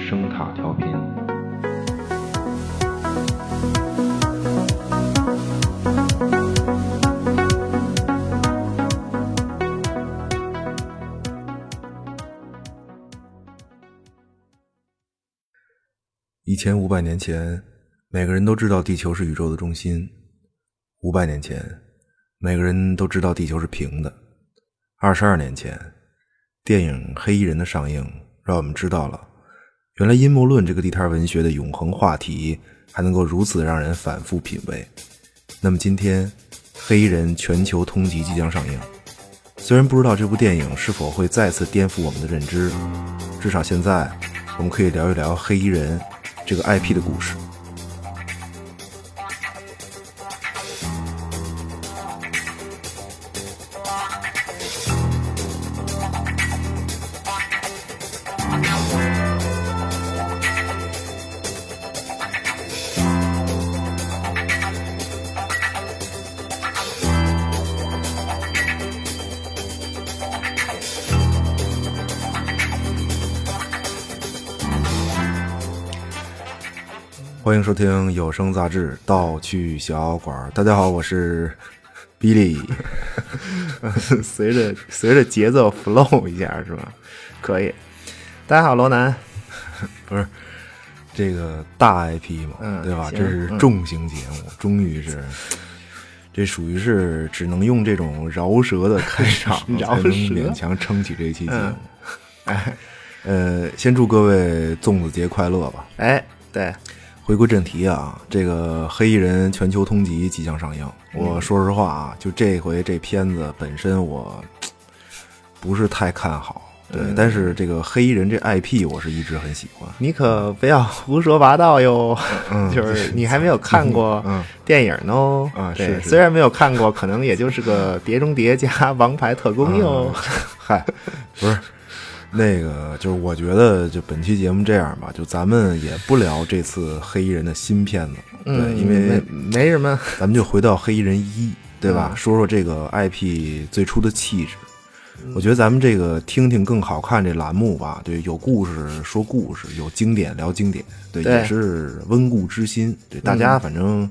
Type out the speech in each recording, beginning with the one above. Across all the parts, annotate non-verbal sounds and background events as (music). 声塔调频。一千五百年前，每个人都知道地球是宇宙的中心；五百年前，每个人都知道地球是平的；二十二年前，电影《黑衣人》的上映让我们知道了，原来阴谋论这个地摊文学的永恒话题还能够如此让人反复品味。那么今天，《黑衣人》全球通缉即将上映。虽然不知道这部电影是否会再次颠覆我们的认知，至少现在我们可以聊一聊黑衣人这个 IP 的故事。欢迎收听有声杂志《盗趣小馆儿》。大家好，我是 Billy。随着随着节奏 flow 一下是吧？可以。大家好，罗南。不是这个大 IP 嘛，嗯对吧？行这是重型节目，终于是。这属于是只能用这种饶舌的开场才 (laughs) 饶舌能勉强撑起这期节目嗯。呃，先祝各位粽子节快乐吧！哎，对，回归正题啊，这个《黑衣人》全球通缉即将上映。嗯我说实话啊，就这回这片子本身我嘖不是太看好，对，嗯但是这个《黑衣人》这 IP 我是一直很喜欢。你可不要胡说八道哟！就是你还没有看过电影呢哦。嗯嗯对是，是虽然没有看过，可能也就是个《碟中谍》加《王牌特工》哟。嗯嗨，不是那个，就是我觉得就本期节目这样吧，就咱们也不聊这次《黑衣人》的新片子，对，嗯，因为没嗯没什么。咱们就回到《黑衣人一》，对吧？说说这个 IP 最初的气质。嗯我觉得咱们这个听听更好看这栏目吧，对，有故事说故事，有经典聊经典，对，对嗯也是温故知新。对，大家反正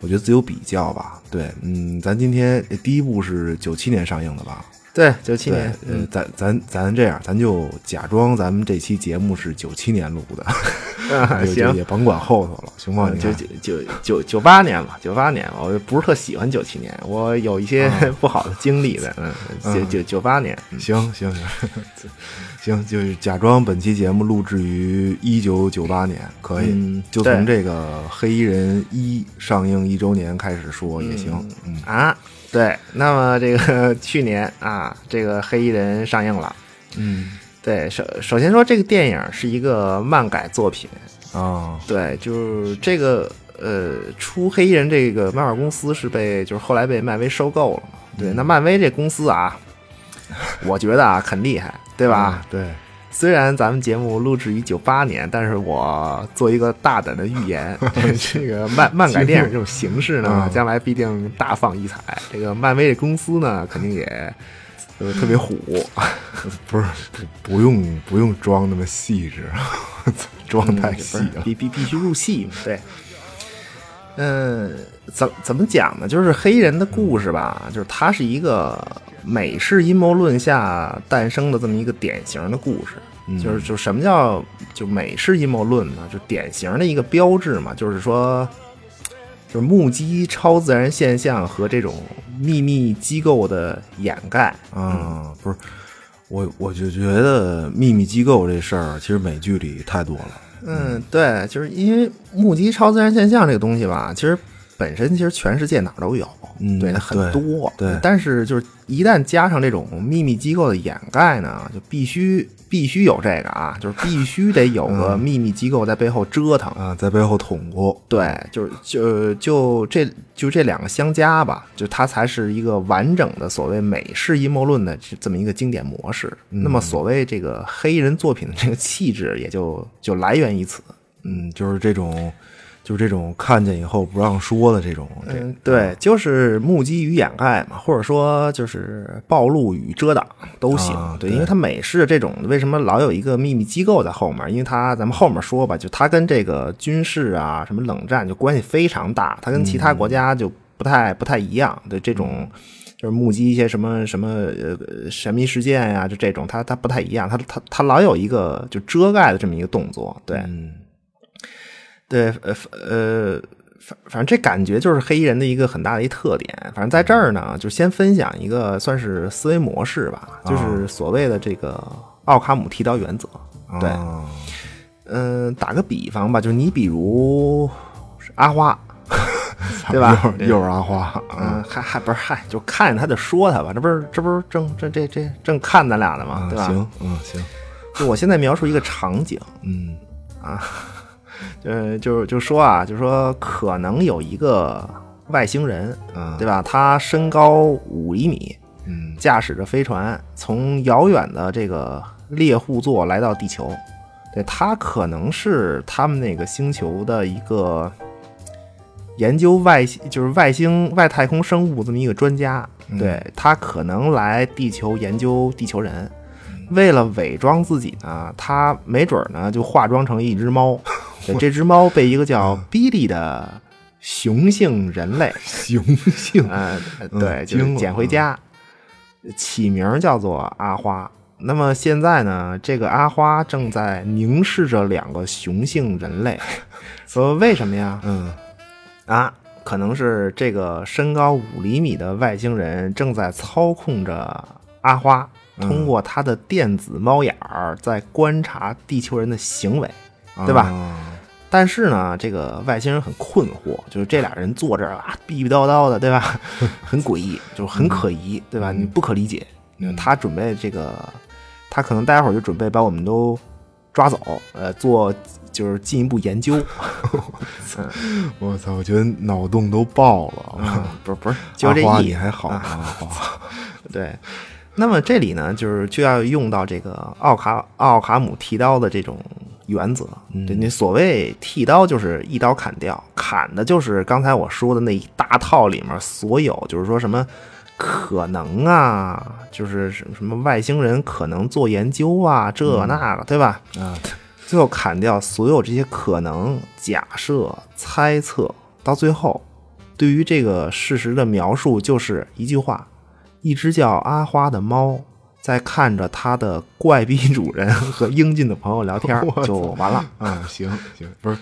我觉得自有比较吧。对，嗯，咱今天呃第一部是九七年上映的吧？对，九七对年，，嗯呃，咱咱咱这样，咱就假装咱们这期节目是九七年录 (laughs) 的，就啊就行，呃也甭管后头了，行吗？你九看九九九九八年吧，九八年，我不是特喜欢九七年，我有一些不好的经历的。嗯，九九九八年，嗯行行 (laughs) 行，行，就是假装本期节目录制于一九九八年，可以，嗯就从对这个《黑衣人一》上映一周年开始说也行。嗯，啊，对，那么这个去年啊，这个《黑衣人》上映了。嗯对，首首先说这个电影是一个漫改作品，啊，对，就是这个呃，出黑衣人这个漫画公司是被就是后来被漫威收购了嘛，对，那漫威这公司啊， (laughs) 我觉得啊很厉害，对吧？对，虽然咱们节目录制于九八年，但是我做一个大胆的预言， (laughs) 这个漫漫改电影这种形式呢嗯，将来必定大放异彩。这个漫威这公司呢，肯定也呃特别虎，不是不不用不用装那么细致， (laughs) 装太细不是了。嗯必必必须入戏嘛。对，嗯，怎怎么讲呢？就是黑衣人的故事吧，就是它是一个美式阴谋论下诞生的这么一个典型的故事。就是就什么叫就美式阴谋论呢？就典型的一个标志嘛，就是说。就是目击超自然现象和这种秘密机构的掩盖，啊，不是，我我就觉得秘密机构这事儿，其实美剧里太多了。嗯，对，就是因为目击超自然现象这个东西吧，其实本身其实全世界哪儿都有，嗯对，它很对多，对但是就是一旦加上这种秘密机构的掩盖呢，就必须必须有这个啊，就是必须得有个嗯秘密机构在背后折腾。啊，在背后捅过，对，就是就就这就这两个相加吧，就它才是一个完整的所谓美式阴谋论的这这么一个经典模式。那嗯么，所谓这个黑衣人作品的这个气质，也就就来源于此。嗯，就是这种，就是这种看见以后不让说的这种，这啊嗯，对，就是目击与掩盖嘛，或者说就是暴露与遮挡都行。啊对，对因为它美式这种为什么老有一个秘密机构在后面？因为它咱们后面说吧，就它跟这个军事啊、什么冷战就关系非常大，它跟其他国家就不太、不太一样。对，这种就是目击一些什么什么呃神秘事件呀、就这种，它它不太一样，它它它老有一个就遮盖的这么一个动作。对，嗯对，呃呃，反反正这感觉就是黑衣人的一个很大的一特点。反正在这儿呢，就先分享一个算是思维模式吧，啊就是所谓的这个奥卡姆剃刀原则。对，啊嗯、打个比方吧，就是你比如 (laughs) 阿花，对吧？又又是阿花，嗯，还还不是嗨，就看着他就说他吧，这不是这不是正这这这正看咱俩呢啊吗？对吧？，行，嗯行，就我现在描述一个场景，嗯呃，就就说啊，就说可能有一个外星人，啊对吧？他身高五厘米，嗯驾驶着飞船从遥远的这个猎户座来到地球。对，他可能是他们那个星球的一个研究外星，就是外星外太空生物这么一个专家。对他可能来地球研究地球人。为了伪装自己呢，他没准儿呢就化妆成一只猫。对，这只猫被一个叫比利的雄性人类雄 (laughs) 性呃，嗯对，就是惊了嗯捡回家，起名儿叫做阿花。那么现在呢，这个阿花正在凝视着两个雄性 (laughs) 人类，说为什么呀？嗯啊，可能是这个身高五厘米的外星人正在操控着阿花，嗯通过他的电子猫眼儿在观察地球人的行为。对吧啊但是呢，这个外星人很困惑，就是这俩人坐这儿啊，逼逼叨叨的，对吧？很诡异，就是很可疑，对吧？你不可理解。嗯他准备这个，他可能待会儿就准备把我们都抓走，呃，做就是进一步研究。我操，我觉得脑洞都爆了。不是不是，嗯就这阿花意啊你还好吗？阿花， (laughs) 对。那么这里呢，就是就要用到这个奥卡奥卡姆剃刀的这种原则。对你所谓剃刀，就是一刀砍掉，砍的就是刚才我说的那一大套里面所有，就是说什么可能啊，就是什么什么外星人可能做研究啊，这那个，对吧？啊，最后砍掉所有这些可能、假设、猜测，到最后，对于这个事实的描述就是一句话：一只叫阿花的猫在看着它的怪逼主人 (laughs) 和英俊的朋友聊天儿，就完了。啊，行行，不是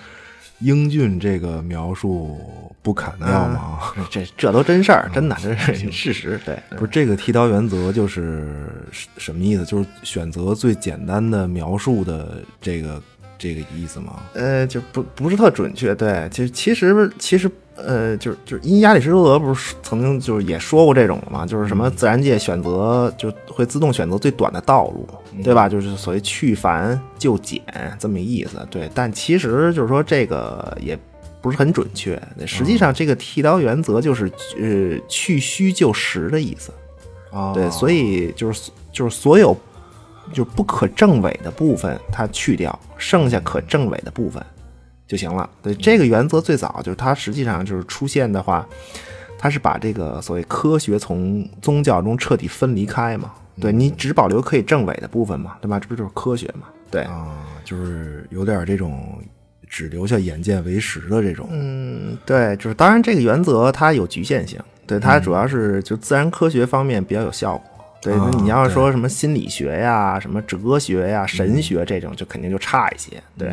英俊这个描述不砍掉嗯吗？啊这这都真事儿，真的，这是事实。对，不是这个剃刀原则就是什什么意思？就是选择最简单的描述的这个这个意思吗？呃，就不不是特准确，对，其实其实其实呃，就是就是因亚里士多德不是曾经就是也说过这种嘛，就是什么自然界选择就会自动选择最短的道路，对吧？就是所谓去繁就简这么意思，对。但其实就是说这个也不是很准确，实际上这个剃刀原则就是呃去虚就实的意思，啊，对，所以以就是就是所有就是不可证伪的部分，它去掉，剩下可证伪的部分就行了。对，这个原则最早就是它实际上就是出现的话，它是把这个所谓科学从宗教中彻底分离开嘛。对你只保留可以证伪的部分嘛，对吧？这不就是科学嘛？对，啊，就是有点这种只留下眼见为实的这种。嗯，对，就是当然这个原则它有局限性，对嗯它主要是就自然科学方面比较有效果。对，啊你要是说什么心理学呀、什么哲学呀、嗯神学这种，就肯定就差一些。对，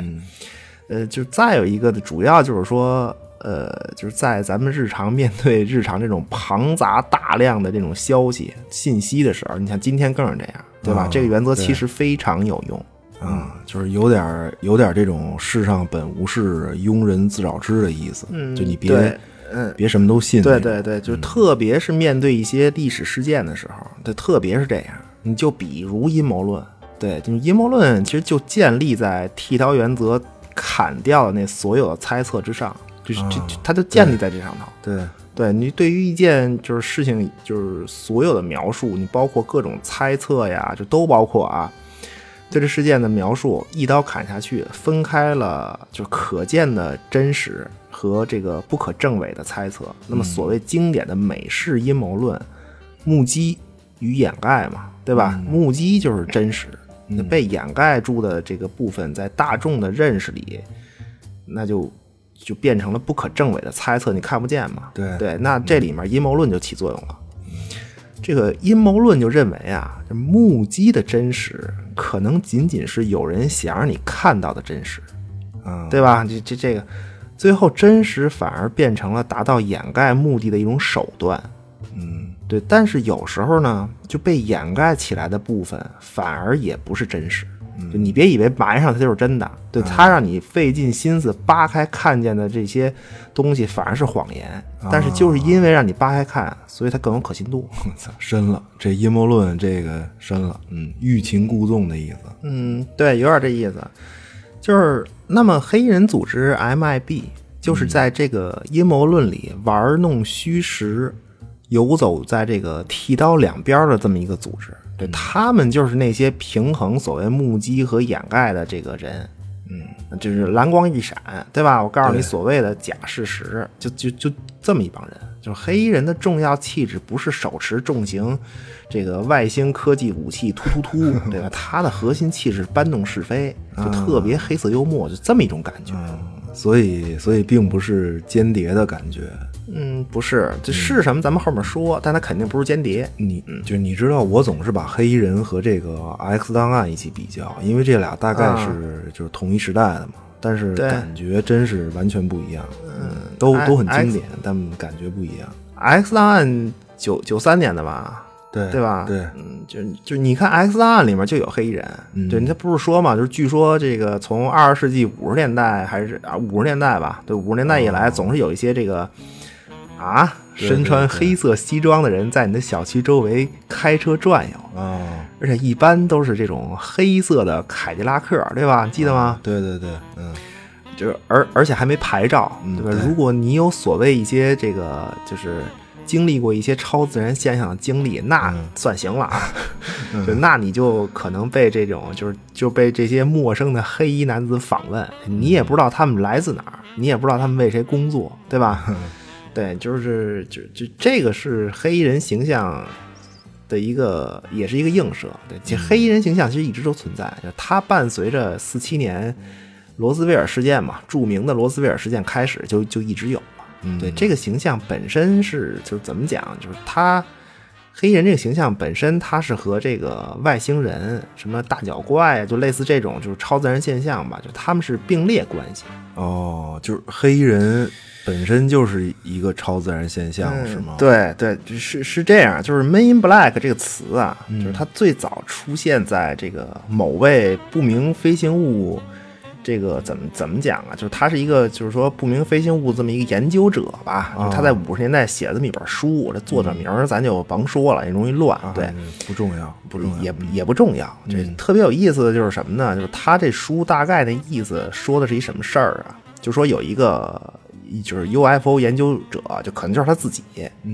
呃，就再有一个的主要就是说，呃，就是在咱们日常面对日常这种庞杂大量的这种消息信息的时候，你像今天更是这样，对吧？啊这个原则对其实非常有用。啊，就是有点儿有点儿这种世上本无事，庸人自扰之的意思。嗯就你别对，嗯，别什么都信。对，对对，嗯就是特别是面对一些历史事件的时候，对，特别是这样，你就比如阴谋论，对，就是阴谋论其实就建立在剃刀原则砍掉的那所有的猜测之上，就是这、啊这它就建立在这上头。对，对你对于一件就是事情就是所有的描述，你包括各种猜测呀，就都包括啊。对这事件的描述一刀砍下去，分开了就是可见的真实和这个不可证伪的猜测。那么所谓经典的美式阴谋论，目击与掩盖嘛，对吧？目击就是真实，那被掩盖住的这个部分，在大众的认识里，那就就变成了不可证伪的猜测，你看不见嘛。对对，那这里面阴谋论就起作用了。这个阴谋论就认为啊，这目击的真实可能仅仅是有人想让你看到的真实，啊，对吧？这这这个，最后真实反而变成了达到掩盖目的的一种手段。嗯对，但是有时候呢，就被掩盖起来的部分反而也不是真实。嗯就你别以为埋上它就是真的，对它让你费尽心思扒开看见的这些东西反而是谎言，但是就是因为让你扒开看，所以它更有可信度。深了，这阴谋论这个深了，嗯，欲擒故纵的意思，嗯，对，有点这意思。就是那么黑衣人组织 MIB 就是在这个阴谋论里玩弄虚实，游走在这个剃刀两边儿的这么一个组织。对他们就是那些平衡所谓目击和掩盖的这个人，嗯，就是蓝光一闪，对吧？我告诉你，所谓的假事实，就就就这么一帮人。就是黑衣人的重要气质不是手持重型这个外星科技武器突突 (laughs) 突，对吧？他的核心气质搬弄是非，就特别黑色幽默，就这么一种感觉。嗯所以所以并不是间谍的感觉。嗯，不是，这是什么？咱们后面说，但他肯定不是间谍。你就是你知道，我总是把黑衣人和这个 X 档案一起比较，因为这俩大概是就是同一时代的嘛，但是啊对感觉真是完全不一样，嗯，都都很 X- 经典，但感觉不一样， X 档案九九三年的吧，对对吧？对，嗯，就就你看《X 档案》里面就有黑衣人，嗯对，他不是说嘛，就是据说这个从二十世纪五十年代还是啊五十年代吧，对，五十年代以来总是有一些这个啊哦对身对穿对黑色西装的人在你的小区周围开车转悠，啊，而且一般都是这种黑色的凯迪拉克，啊对吧？记得吗？对对对，嗯，就是而而且还没牌照，嗯对吧？对如果你有所谓一些这个就是经历过一些超自然现象的经历，那嗯算行了啊，就那你就可能被这种就是就被这些陌生的黑衣男子访问，你也不知道他们来自哪儿，你也不知道他们为谁工作，对吧？对，就是就就这个是黑衣人形象的一个，也是一个映射。对，其实黑衣人形象其实一直都存在，就它伴随着四七年罗斯威尔事件嘛，著名的罗斯威尔事件开始就就一直有了。嗯对，这个形象本身是就是怎么讲，就是他黑衣人这个形象本身，他是和这个外星人什么大脚怪啊，就类似这种就是超自然现象吧，就他们是并列关系。哦，就是黑衣人本身就是一个超自然现象，嗯是吗？，对对，是是这样，就是 “Men in Black” 这个词啊，嗯就是它最早出现在这个某位不明飞行物，这个怎么怎么讲啊？就是他是一个，就是说不明飞行物这么一个研究者吧，啊就他在五十年代写了这么一本书，这作者名儿咱就甭说了，也容易乱。对，嗯，不重要，不重要，也也不重要。这特别有意思的就是什么呢？就是他这书大概的意思说的是一什么事儿啊？就说有一个就是 UFO 研究者，就可能就是他自己，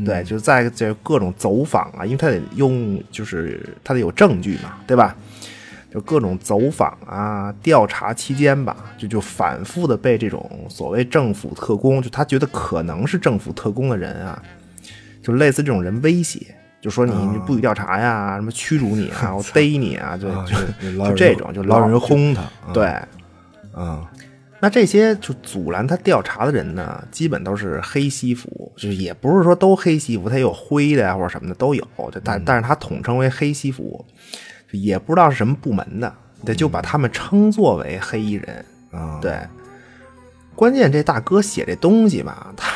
对，就是在这各种走访啊，因为他得用，就是他得有证据嘛，对吧？就各种走访啊、调查期间吧，就就反复的被这种所谓政府特工，就他觉得可能是政府特工的人啊，就类似这种人威胁，就说你啊你不予调查呀，什么驱逐你 (laughs) 啊，我逮你啊，就啊就就就这种就老有老人轰他，啊对。啊，那这些就阻拦他调查的人呢，基本都是黑西服，就是也不是说都黑西服，他有灰的呀或者什么的都有，就嗯但但是他统称为黑西服，就也不知道是什么部门的，对，就把他们称作为黑衣人。啊，对，关键这大哥写这东西吧，他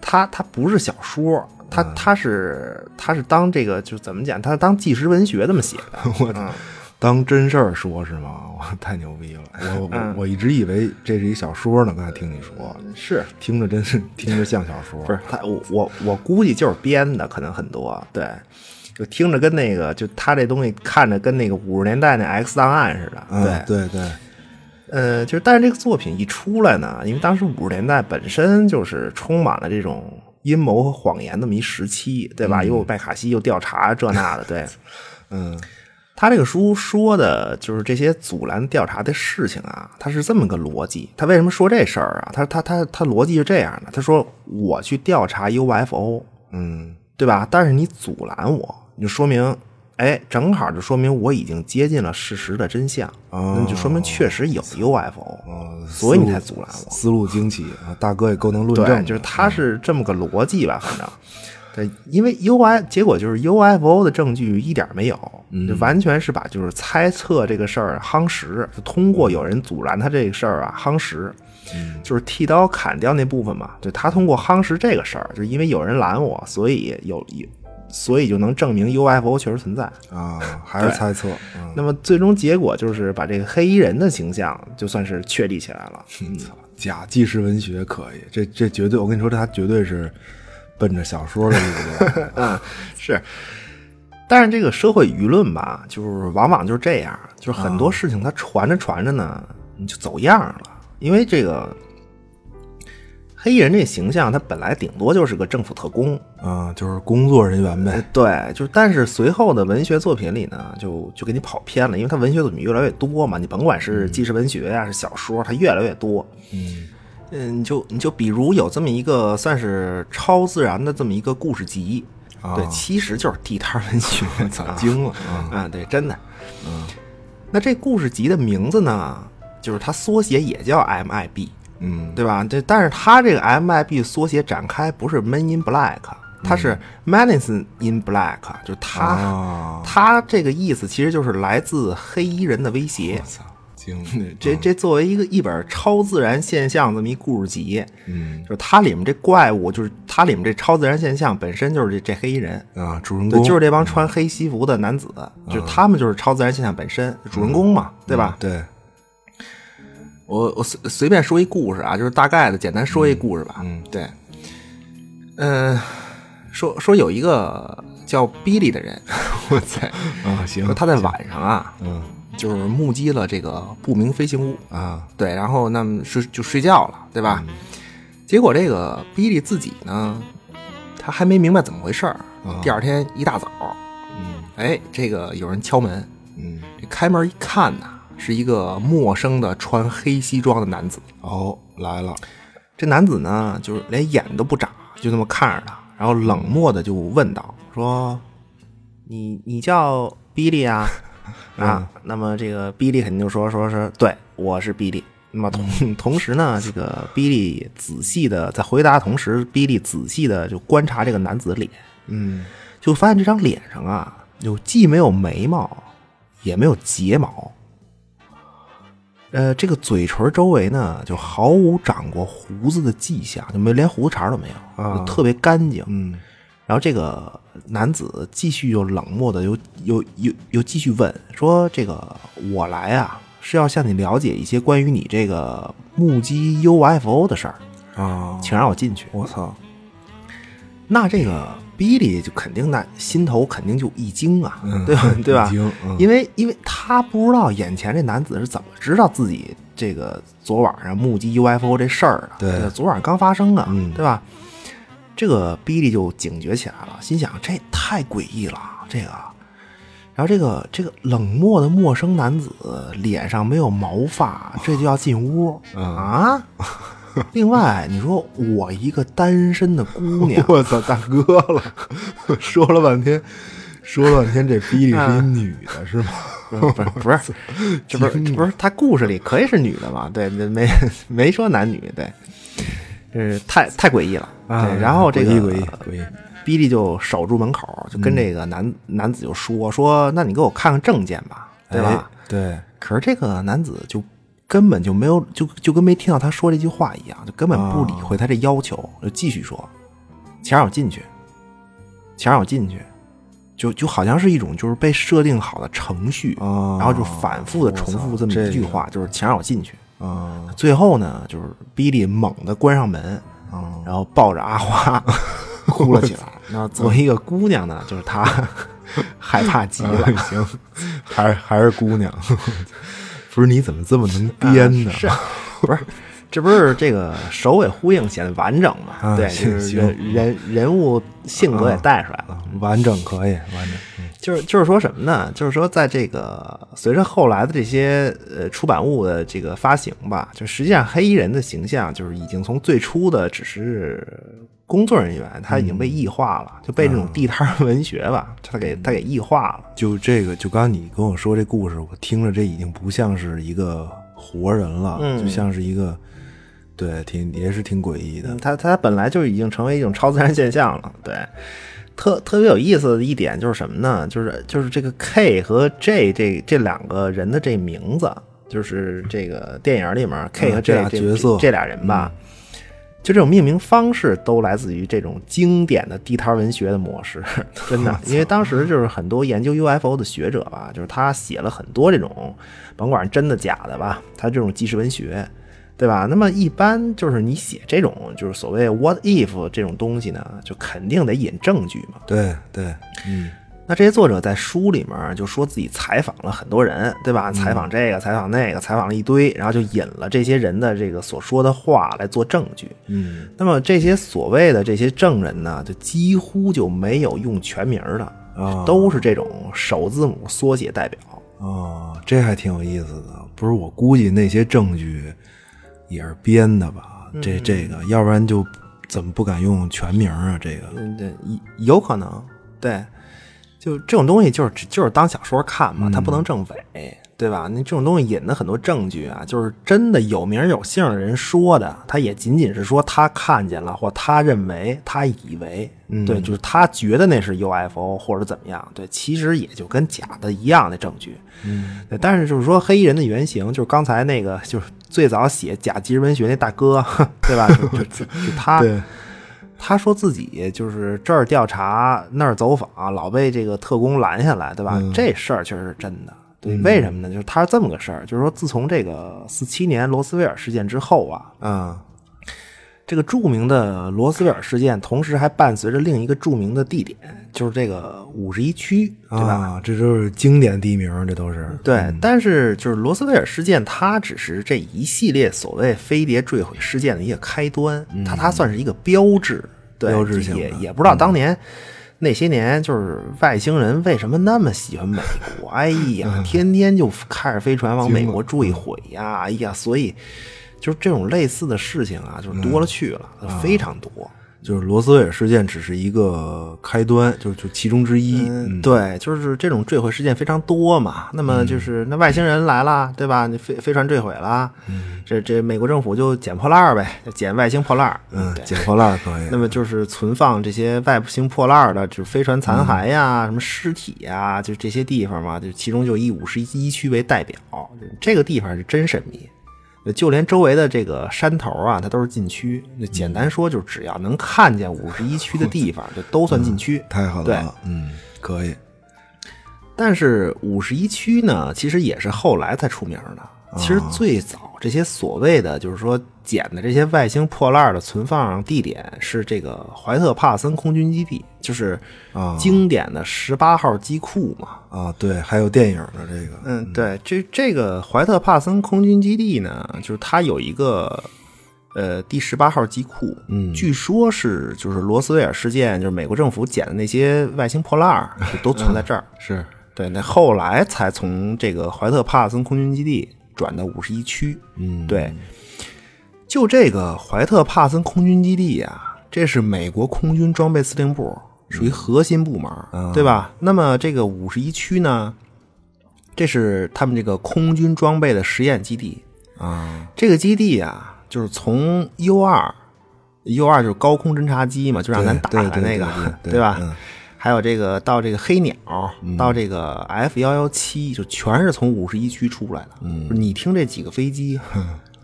他他不是小说，他他是他是当这个就怎么讲，他是当纪实文学这么写的。 (laughs) 嗯我操、当真事儿说是吗？ (laughs) 我太牛逼了！嗯我我我一直以为这是一小说呢，刚才听你说，是听着真是 (laughs) 听着像小说，不是他，我我我估计就是编的，可能很多。对，就听着跟那个，就他这东西看着跟那个五十年代那 X 档案似的。嗯？对，对对呃，就是但是这个作品一出来呢，因为当时五十年代本身就是充满了这种阴谋和谎言那么一时期，对吧？又有麦卡锡又调查这那的，对。嗯他这个书说的就是这些阻拦调查的事情啊，他是这么个逻辑。他为什么说这事儿啊？他他他他逻辑是这样的，他说我去调查 UFO，嗯对吧？但是你阻拦我，你就说明，哎，正好就说明我已经接近了事实的真相，哦那就说明确实有 UFO，、呃所以你思路才阻拦我。思路精奇啊，大哥也够能论证对，的，就是他是这么个逻辑吧，反正。对，因为 U I 结果就是 U F O 的证据一点儿没有，就完全是把就是猜测这个事儿夯实，就通过有人阻拦他这个事儿啊夯实，就是剃刀砍掉那部分嘛。就他通过夯实这个事儿，就是因为有人拦我，所以有有，所以就能证明 U F O 确实存在。啊，还是对猜测，嗯，那么最终结果就是把这个黑衣人的形象就算是确立起来了。操假纪实文学可以，这这绝对，我跟你说，他绝对是奔着小说的路子 (laughs) 来的是，但是这个社会舆论吧，就是往往就是这样，就是很多事情它传着传着呢，你就走样了。因为这个黑衣人这形象，他本来顶多就是个政府特工，啊，就是工作人员呗，对，就是但是随后的文学作品里呢，就就给你跑偏了，因为它文学作品越来越多嘛，你甭管是纪实文学呀、是小说，它越来越多。嗯嗯，你就你就比如有这么一个算是超自然的这么一个故事集，啊对，其实就是地摊文学，操惊了啊、对，真的，嗯那这故事集的名字呢，就是它缩写也叫 MIB，嗯对吧？这但是它这个 MIB 缩写展开不是 Men in Black，它是 Menace in Black，就是它、嗯啊，它这个意思其实就是来自黑衣人的威胁。我操，惊了，这这作为一个一本超自然现象这么一故事集，嗯就是它里面这怪物，就是它里面这超自然现象本身就是这这黑衣人，啊，主人对，公就是这帮穿黑西服的男子，就是他们就是超自然现象本身，主人公嘛，对吧？对，嗯我我随随便说一故事啊，就是大概的简单说一故事吧。嗯对，嗯、说说有一个叫比利的人， (laughs) 我在啊，行呃说，他在晚上啊，嗯就是目击了这个不明飞行物，啊，对，然后那么睡就睡觉了，对吧？结果这个比利自己呢，他还没明白怎么回事儿。第二天一大早，嗯哎，这个有人敲门，嗯，这开门一看呐，是一个陌生的穿黑西装的男子。哦，来了，这男子呢，就是连眼都不眨，就那么看着他，然后冷漠的就问道：“说，你你叫比利啊？啊，那么这个比利肯定就说说是对，我是比利。那么同同时呢，这个比利仔细的在回答，同时比利仔细的就观察这个男子的脸，嗯就发现这张脸上啊，有既没有眉毛，也没有睫毛。呃，这个嘴唇周围呢，就毫无长过胡子的迹象，就没连胡子茬儿都没有，啊就特别干净。嗯然后这个男子继续又冷漠的又又又又继续问说：“这个我来啊，是要向你了解一些关于你这个目击 UFO 的事儿，啊，请让我进去。”我操，那这个比利就肯定那心头肯定就一惊啊，(laughs) 对 (laughs) 吧？对嗯吧一惊嗯？因为因为他不知道眼前这男子是怎么知道自己这个昨晚上目击 UFO 这事儿的，啊对吧昨晚刚发生啊，嗯对吧？这个比利就警觉起来了，心想这太诡异了，这个。然后这个这个冷漠的陌生男子脸上没有毛发，这就要进屋、嗯啊？另外，你说我一个单身的姑娘，我操，大哥了，说了 (laughs) 半天，说了半天，这比利是啊一女的是吗？不是 (laughs) 不是，这不是这不是他故事里可以是女的嘛？对，没 (laughs) 没说男女，对， (laughs) 这太太诡异了。对，然后这个啊诡异嗯诡异诡异，比利就守住门口，就跟这个男、男子就说说，那你给我看看证件吧，对吧？哎？对，可是这个男子就根本就没有，就就跟没听到他说这句话一样，就根本不理会他这要求，就继续说，请让我进去，请让我进去，就就好像是一种就是被设定好的程序，哦然后就反复的重复这么一句话，就是请让我进去。啊最后呢，就是比利猛地关上门，啊，然后抱着阿花哭了起来。那作为一个姑娘呢，就是她 (laughs) 害怕极了。行， (laughs) 还是还是姑娘，不是你怎么这么能编呢？啊 (laughs) 是，不是？这不是这个首尾呼应显得完整嘛？啊对，行就是人人人物性格也带出来了。啊，完整可以，完整。嗯就是就是说什么呢？就是说，在这个随着后来的这些呃出版物的这个发行吧，就实际上黑衣人的形象就是已经从最初的只是工作人员，他已经嗯被异化了，就被这种地摊儿文学吧，他给他给异化了。就这个，就刚刚你跟我说这故事，我听着这已经不像是一个活人了，嗯就像是一个，对，挺也是挺诡异的嗯，。它它本来就已经成为一种超自然现象了。对，特特别有意思的一点就是什么呢？就是就是这个 K 和 J 这这两个人的这名字，就是这个电影里面 K 和 J、嗯这俩角色嗯这俩人吧。就这种命名方式都来自于这种经典的地摊文学的 (laughs) 模式，真的。 (laughs) 因为当时就是很多研究 UFO 的学者吧，就是他写了很多这种，甭管是真的假的吧，他这种纪实文学，对吧？那么一般就是你写这种就是所谓 what if 这种东西呢，就肯定得引证据嘛。对对，嗯，那这些作者在书里面就说自己采访了很多人，对吧？采访这个，采访那个，采访了一堆，然后就引了这些人的这个所说的话来做证据。嗯，那么这些所谓的这些证人呢，就几乎就没有用全名的，啊，都是这种首字母缩写代表。哦，这还挺有意思的。不是，我估计那些证据也是编的吧？嗯这这个，要不然就怎么不敢用全名啊？这个，嗯，对，有有可能，对，就这种东西就是只就是当小说看嘛，它不嗯能证伪，对吧？那这种东西引的很多证据啊，就是真的有名有姓的人说的，他也仅仅是说他看见了或他认为他以为，嗯对，就是他觉得那是 UFO 或者怎么样，对，其实也就跟假的一样的证据。嗯对，但是就是说黑衣人的原型，就是刚才那个，就是最早写假纪实文学那大哥， (laughs) 对吧？就就就就他，对他说自己就是这儿调查那儿走访，老被这个特工拦下来，对吧？这事儿确实是真的。对，为什么呢？就是他是这么个事儿，就是说，自从这个四七年罗斯威尔事件之后啊，啊，这个著名的罗斯威尔事件，同时还伴随着另一个著名的地点，就是这个五十一区，对吧？啊，这都是经典地名，这都是。对，但是就是罗斯威尔事件，它只是这一系列所谓飞碟坠毁事件的一个开端，它它算是一个标志，嗯对，标志性的嗯也也不知道当年。那些年，就是外星人为什么那么喜欢美国？哎嗯呀，天天就开着飞船往美国坠毁呀！哎呀，所以就是这种类似的事情啊，就是多了去了，嗯非常多。就是罗斯威尔事件只是一个开端，就就其中之一。嗯对，就是这种坠毁事件非常多嘛。那么就是那外星人来了，对吧？那飞飞船坠毁了，嗯这这美国政府就捡破烂儿呗，就捡外星破烂儿。嗯，对。捡破烂儿可以 (laughs) 那。么就是存放这些外星破烂儿的，就是飞船残骸嗯呀、什么尸体呀，就这些地方嘛，就其中就以五十一区为代表，这个地方是真神秘。就连周围的这个山头啊，它都是禁区。那简单说，就是只要能看见五十一区的地方，嗯就都算禁区。太好对了，嗯，可以。但是五十一区呢，其实也是后来才出名的。其实最早这些所谓的就是说捡的这些外星破烂的存放地点是这个怀特帕森空军基地，就是啊经典的十八号机库嘛。啊，对，还有电影的这个，嗯，对，这这个怀特帕森空军基地呢，就是它有一个呃第十八号机库，嗯，据说是就是罗斯威尔事件，就是美国政府捡的那些外星破烂儿就都存在这儿。是对，那后来才从这个怀特帕森空军基地转到五十一区。嗯对，就这个怀特帕森空军基地啊，这是美国空军装备司令部，属于核心部门，对吧？那么这个五十一区呢，这是他们这个空军装备的实验基地。啊，这个基地啊，就是从 U 二，U 二就是高空侦察机嘛，就让咱对打下来对那对个对， (laughs) 对吧？嗯还有这个到这个黑鸟，到这个 F 幺幺七，就全是从五十一区出来的。嗯，你听这几个飞机，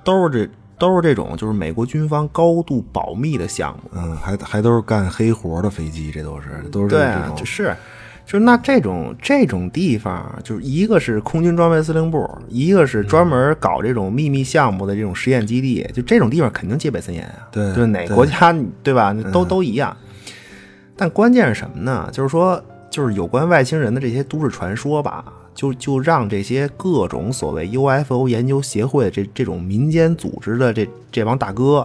都是这都是这种，就是美国军方高度保密的项目。嗯，还还都是干黑活的飞机，这都是都是对这啊，种就是，就是那这种这种地方，啊就是一个是空军装备司令部，一个是专门搞这种秘密项目的这种实验基地，就这种地方肯定戒备森严啊。对就是哪对嗯国家 (laughs) 你对吧，你都都一样。但关键是什么呢？就是说，就是有关外星人的这些都市传说吧，就就让这些各种所谓 UFO 研究协会这这种民间组织的这这帮 (laughs) 大哥，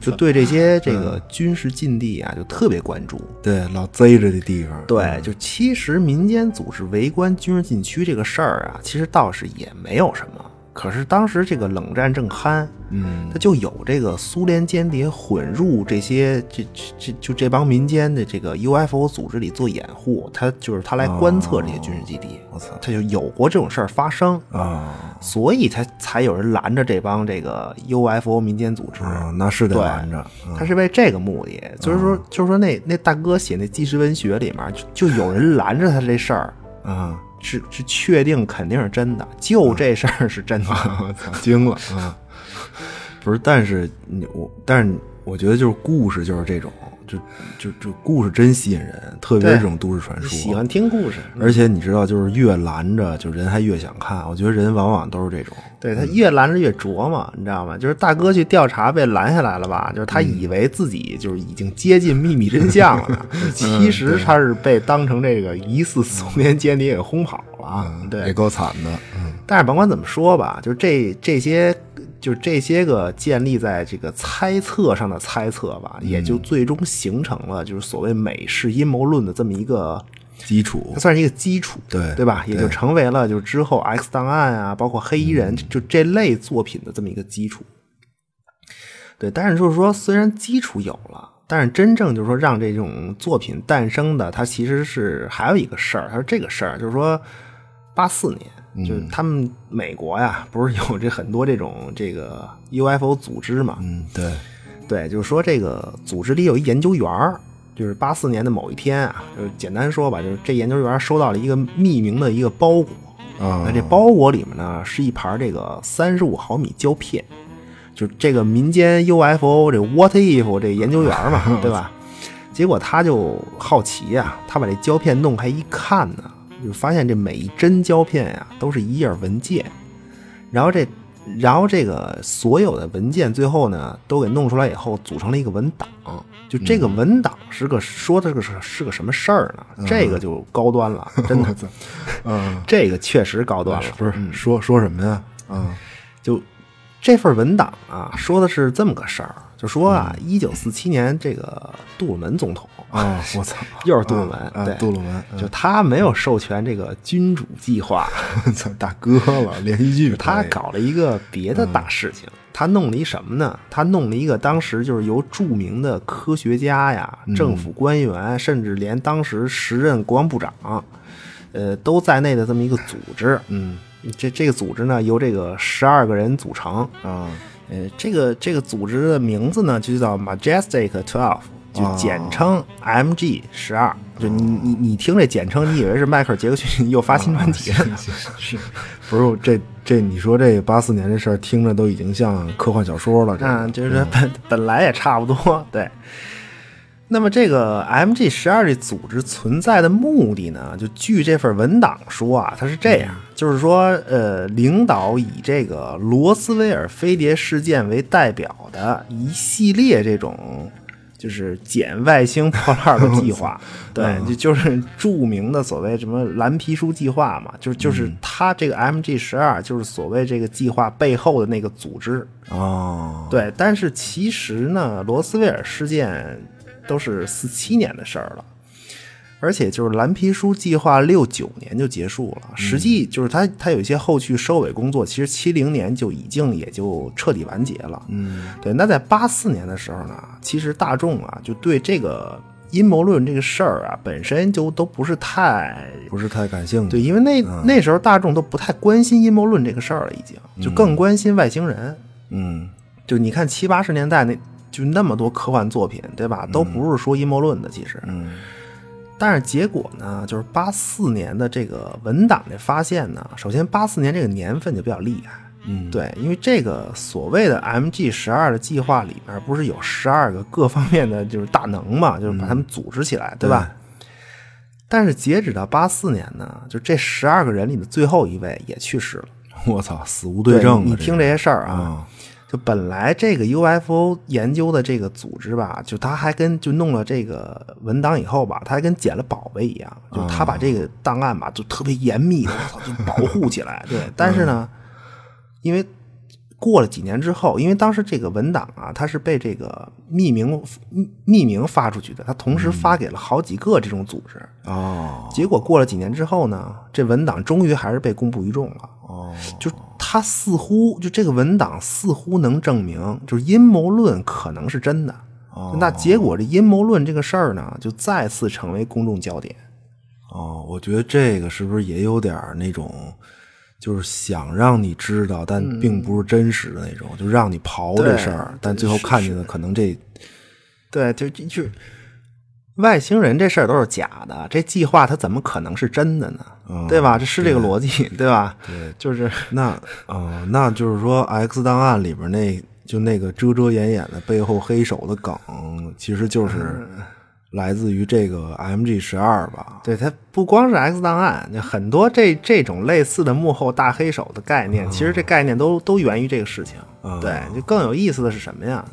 就对这些这嗯个军事禁地啊，就特别关注。对，老贼着的地方。嗯对，就其实民间组织围观军事禁区这个事儿啊，其实倒是也没有什么。可是当时这个冷战正酣，嗯，它就有这个苏联间谍混入这些这这这就这帮民间的这个 UFO 组织里做掩护，他就是他来观测这些军事基地，我操他就有过这种事儿发生，啊所以才才有人拦着这帮这个 UFO 民间组织。啊，那是得对拦着。嗯他是为这个目的，就是说，就是说那，那大哥写那纪实文学里面，就就有人拦着他这事儿，啊，是是确定肯定是真的，就这事儿是 (laughs) 真的。我操！嗯惊了啊！不是，但是你我，但是我觉得就是故事就是这种，就就就故事真吸引人，特别对是这种都市传说。 (laughs) 喜欢听故事，而且你知道，就是越拦着，就人还越想看。我觉得人往往都是这种，对他越拦着越琢磨，你知道吗？就是大哥去调查被拦下来了吧，就是他嗯以为自己就是已经接近秘密真相了 (laughs) 呢，其嗯实他是被当成这个疑似苏联间谍给轰跑了啊。对嗯也，够惨的。但是甭管怎么说吧，就这这些，就这些个建立在这个猜测上的猜测吧，也就最终形成了就是所谓美式阴谋论的这么一个基础它算是一个基础，对对吧？对也就成为了就是之后 X 档案啊，包括黑衣人、嗯就这类作品的这么一个基础。对，但是就是说，虽然基础有了，但是真正就是说让这种作品诞生的，它其实是还有一个事儿，它是这个事儿，就是说八四年，嗯就是他们美国呀，不是有这很多这种这个 UFO 组织嘛，嗯，对，对，就是说这个组织里有一研究员儿，就是八四年的某一天啊，就是简单说吧，就是这研究员儿收到了一个匿名的一个包裹，啊那这包裹里面呢是一盘这个三十五毫米胶片，就是这个民间 UFO 这 What If 这研究员儿嘛，对吧？结果他就好奇呀、他把这胶片弄开一看呢，就发现这每一帧胶片呀、都是一页文件，然后这，然后这个所有的文件最后呢，都给弄出来以后，组成了一个文档。就这个文档是个说的这个是是个什么事儿呢？这个就高端了，真的，啊，这个确实高端了。不是说说什么呀？ (laughs) 啊，就这份文档啊，说的是这么个事儿，就说啊，嗯一九四七年这个杜鲁门总统啊，我操，又是 (laughs) 杜鲁门，啊对，杜鲁门，就他没有授权这个君主计划，我 (laughs) 操，大哥了，连续剧他拍搞了一个别的嗯大事情，他弄了一什么呢？他弄了一个当时就是由著名的科学家呀、嗯政府官员，甚至连当时时任国防部长，呃，都在内的这么一个组织。嗯，这这个组织呢，由这个十二个人组成。啊，呃，这个这个组织的名字呢，就叫 Majestic Twelve，就简称 MG 十二。就你你你听这简称，你以为是迈克尔杰克逊又发新专辑了？是，不是这这你说这八四年这事儿，听着都已经像科幻小说了，这嗯，就是本本来也差不多，对。那么这个 MG 十二这组织存在的目的呢，就据这份文档说啊，它是这样，就是说，呃，领导以这个罗斯威尔飞碟事件为代表的一系列这种就是捡外星破烂的计 (laughs) 划，对，就就是著名的所谓什么蓝皮书计划嘛，就就是它这个 MG 十二就是所谓这个计划背后的那个组织，啊，对，但是其实呢，罗斯威尔事件都是四七年的事儿了，而且就是蓝皮书计划六九年就结束了，实际就是它它有一些后续收尾工作，其实七零年就已经也就彻底完结了。嗯，对。那在八四年的时候呢，其实大众啊就对这个阴谋论这个事儿啊本身就都不是太不是太感兴趣，对，因为那、那时候大众都不太关心阴谋论这个事儿了，已经就更关心外星人。嗯，就你看七八十年代那就那么多科幻作品，对吧？嗯都不是说阴谋论的，其实。嗯。但是结果呢，就是八四年的这个文档的发现呢，首先八四年这个年份就比较厉害。嗯，对，因为这个所谓的 MG 十二的计划里面，不是有十二个各方面的就是大能嘛，就是把他们嗯组织起来，对吧？但是截止到八四年呢，就这十二个人里的最后一位也去世了。我操，死无对证啊，你这听这些事儿啊，啊就本来这个 UFO 研究的这个组织吧，就他还跟就弄了这个文档以后吧，他还跟捡了宝贝一样，就他把这个档案吧就特别严密的，我操，就保护起来。对，但是呢，因为过了几年之后，因为当时这个文档啊，它是被这个匿名匿名发出去的，它同时发给了好几个这种组织。哦结果过了几年之后呢，这文档终于还是被公布于众了。哦，就他似乎就这个文档似乎能证明，就是阴谋论可能是真的。哦那结果这阴谋论这个事儿呢，就再次成为公众焦点。哦，我觉得这个是不是也有点儿那种，就是想让你知道，但并不是真实的那种，就让你刨这嗯对事儿对，但最后看见的可能这对，就就就外星人这事儿都是假的，这计划它怎么可能是真的呢？嗯对吧？这是这个逻辑，对吧？对就是那啊、呃那就是说《X 档案》里边那就那个遮遮掩掩的背后黑手的梗，其实嗯就是来自于这个 MG 十二吧？对，它不光是 X 档案，就很多这这种类似的幕后大黑手的概念，其实嗯这概念都都源于这个事情。啊对，就更有意思的是什么呀？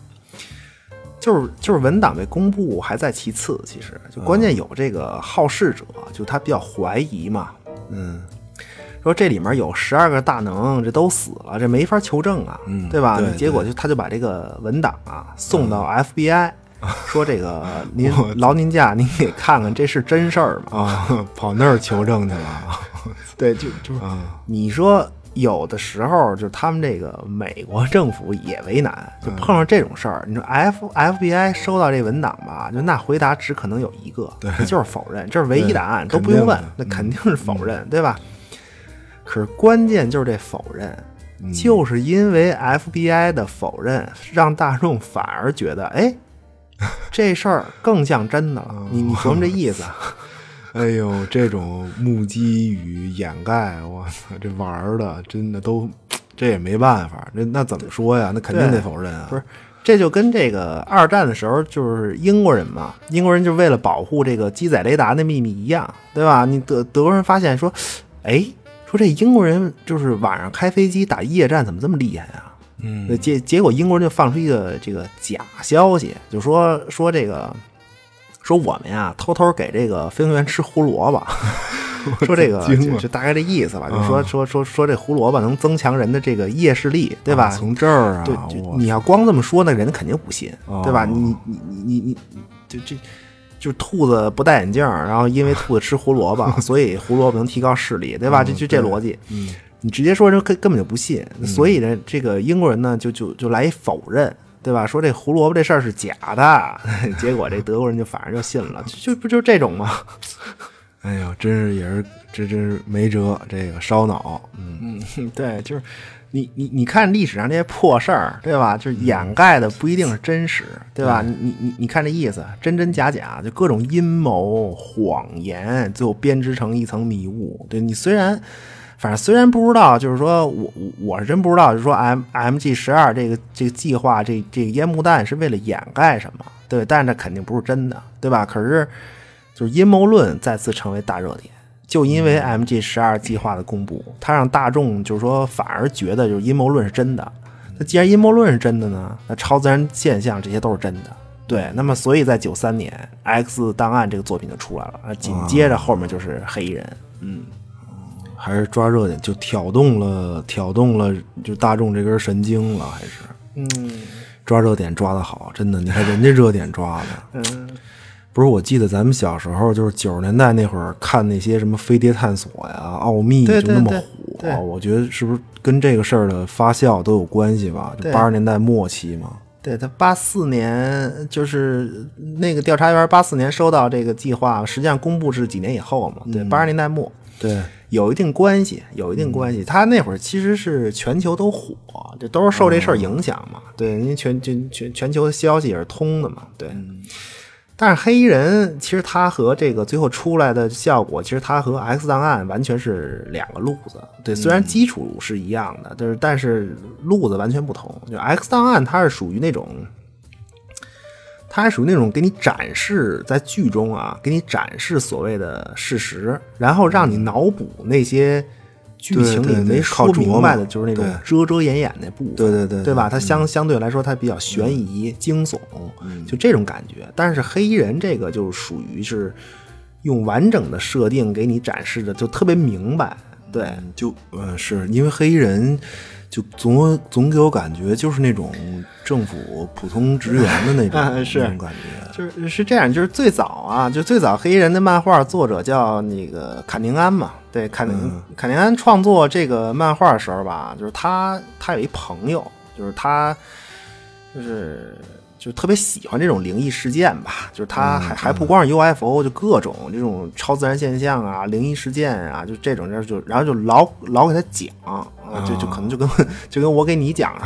就是就是文档被公布还在其次，其实就关键有这个好事者，就他比较怀疑嘛，嗯，说这里面有十二个大能，这都死了，这没法求证啊，嗯对吧？对嗯结果就他就把这个文档啊送到 FBI，、说这 (laughs) 个您劳您驾，您给看看这是真事儿吗？啊，跑那儿求证去了。 (laughs) 啊对，就就是、你说有的时候就是他们这个美国政府也为难，就碰上这种事儿，嗯你说 F FBI 收到这文档吧，就那回答只可能有一个，那就是否 (laughs) 认，这是唯一答案，对都不用问肯定的，嗯那肯定是否认，对吧？可是关键就是这否认。嗯就是因为 FBI 的否认，让大众反而觉得， (laughs) 哎，这事儿更像真的了。你你琢磨这意思啊？哎呦，这种目击与掩盖，我操，这玩儿的真的都，这也没办法，那那怎么说呀？那肯定对得否认啊。不是，这就跟这个二战的时候，就是英国人嘛，英国人就为了保护这个机载雷达的秘密一样，对吧？你德德国人发现说，哎，说这英国人就是晚上开飞机打夜战，怎么这么厉害啊？嗯那结结果英国人就放出一个这个假消息，就说说这个。说我们呀，偷偷给这个飞行员吃胡萝卜， (laughs) 说这个惊就了嗯就大概这意思吧，就说说说说这胡萝卜能增强人的这个夜视力，对吧？啊从这儿啊，对，就我你要光这么说，那人肯定不信，哦对吧？你你你你你，就这。就是兔子不戴眼镜，然后因为兔子吃胡 (laughs) 萝卜，所以胡萝卜能提高视力，对吧？这就这逻辑，嗯，你直接说人根根本就不信，嗯所以呢，这个英国人呢就就就来一否认，对吧？说这胡萝卜这事儿是假的， (laughs) 结果这德国人就反而就信了，就就不就是这种吗？哎呦，真是也是，这真是没辙，这个烧脑，嗯，嗯， (laughs) 对，就是你你你看历史上这些破事儿，对吧？就是掩盖的不一定是真实，对吧？你你你你看这意思，真真假假，就各种阴谋谎言，最后编织成一层迷雾。对你虽然。反正虽然不知道，就是说我我我是真不知道，就是说 M M G 十二这个这个计划，这这个烟幕弹是为了掩盖什么，对，但是它肯定不是真的，对吧？可是就是阴谋论再次成为大热点，就因为 MG 十二计划的公布，它让大众就是说反而觉得就是阴谋论是真的。那既然阴谋论是真的呢，那超自然现象这些都是真的。对，那么所以在九三年《X 档案》这个作品就出来了，啊，紧接着后面就是黑衣人。还是抓热点，就挑动了，挑动了，就大众这根神经了，还是嗯抓热点抓的好，真的，你看人家热点抓的， (laughs) 嗯，不是？我记得咱们小时候就是九十年代那会儿看那些什么《飞碟探索》呀、《奥秘》对就那么对对火，对我觉得是不是跟这个事儿的发酵都有关系吧？就对八十年代末期嘛，对他八四年就是那个调查员八四年收到这个计划，实际上公布是几年以后嘛？对，八十年代末。对，有一定关系，有一定关系。他那会儿其实是全球都火，这都是受这事儿影响嘛。对，因为全全全全球的消息也是通的嘛。对，但是黑衣人其实他和这个最后出来的效果，其实他和 X 档案完全是两个路子。嗯对，虽然基础是一样的，但是但是路子完全不同。就 X 档案它是属于那种。它是属于那种给你展示在剧中啊，给你展示所谓的事实，然后让你脑补那些剧情对里对没靠说明白琢磨的就是那种对遮遮掩掩那部分，对对对对吧？对它相相对来说它比较悬疑、惊悚，就这种感觉。但是黑衣人这个就属于是用完整的设定给你展示的，就特别明白。对，就呃，是因为黑衣人，就总总给我感觉就是那种政府普通职员的那 (laughs) 种啊是那种感觉。就是是这样，就是最早啊，就最早黑衣人的漫画作者叫那个坎宁安嘛，对，坎宁、坎宁安创作这个漫画的时候吧，就是他他有一朋友，就是他就是就是特别喜欢这种灵异事件吧，就是他还、还不光是 UFO，就各种这种超自然现象啊、灵异事件啊，就这种事儿就然后就老老给他讲，啊，就就可能就跟就跟我给 (laughs) 你讲似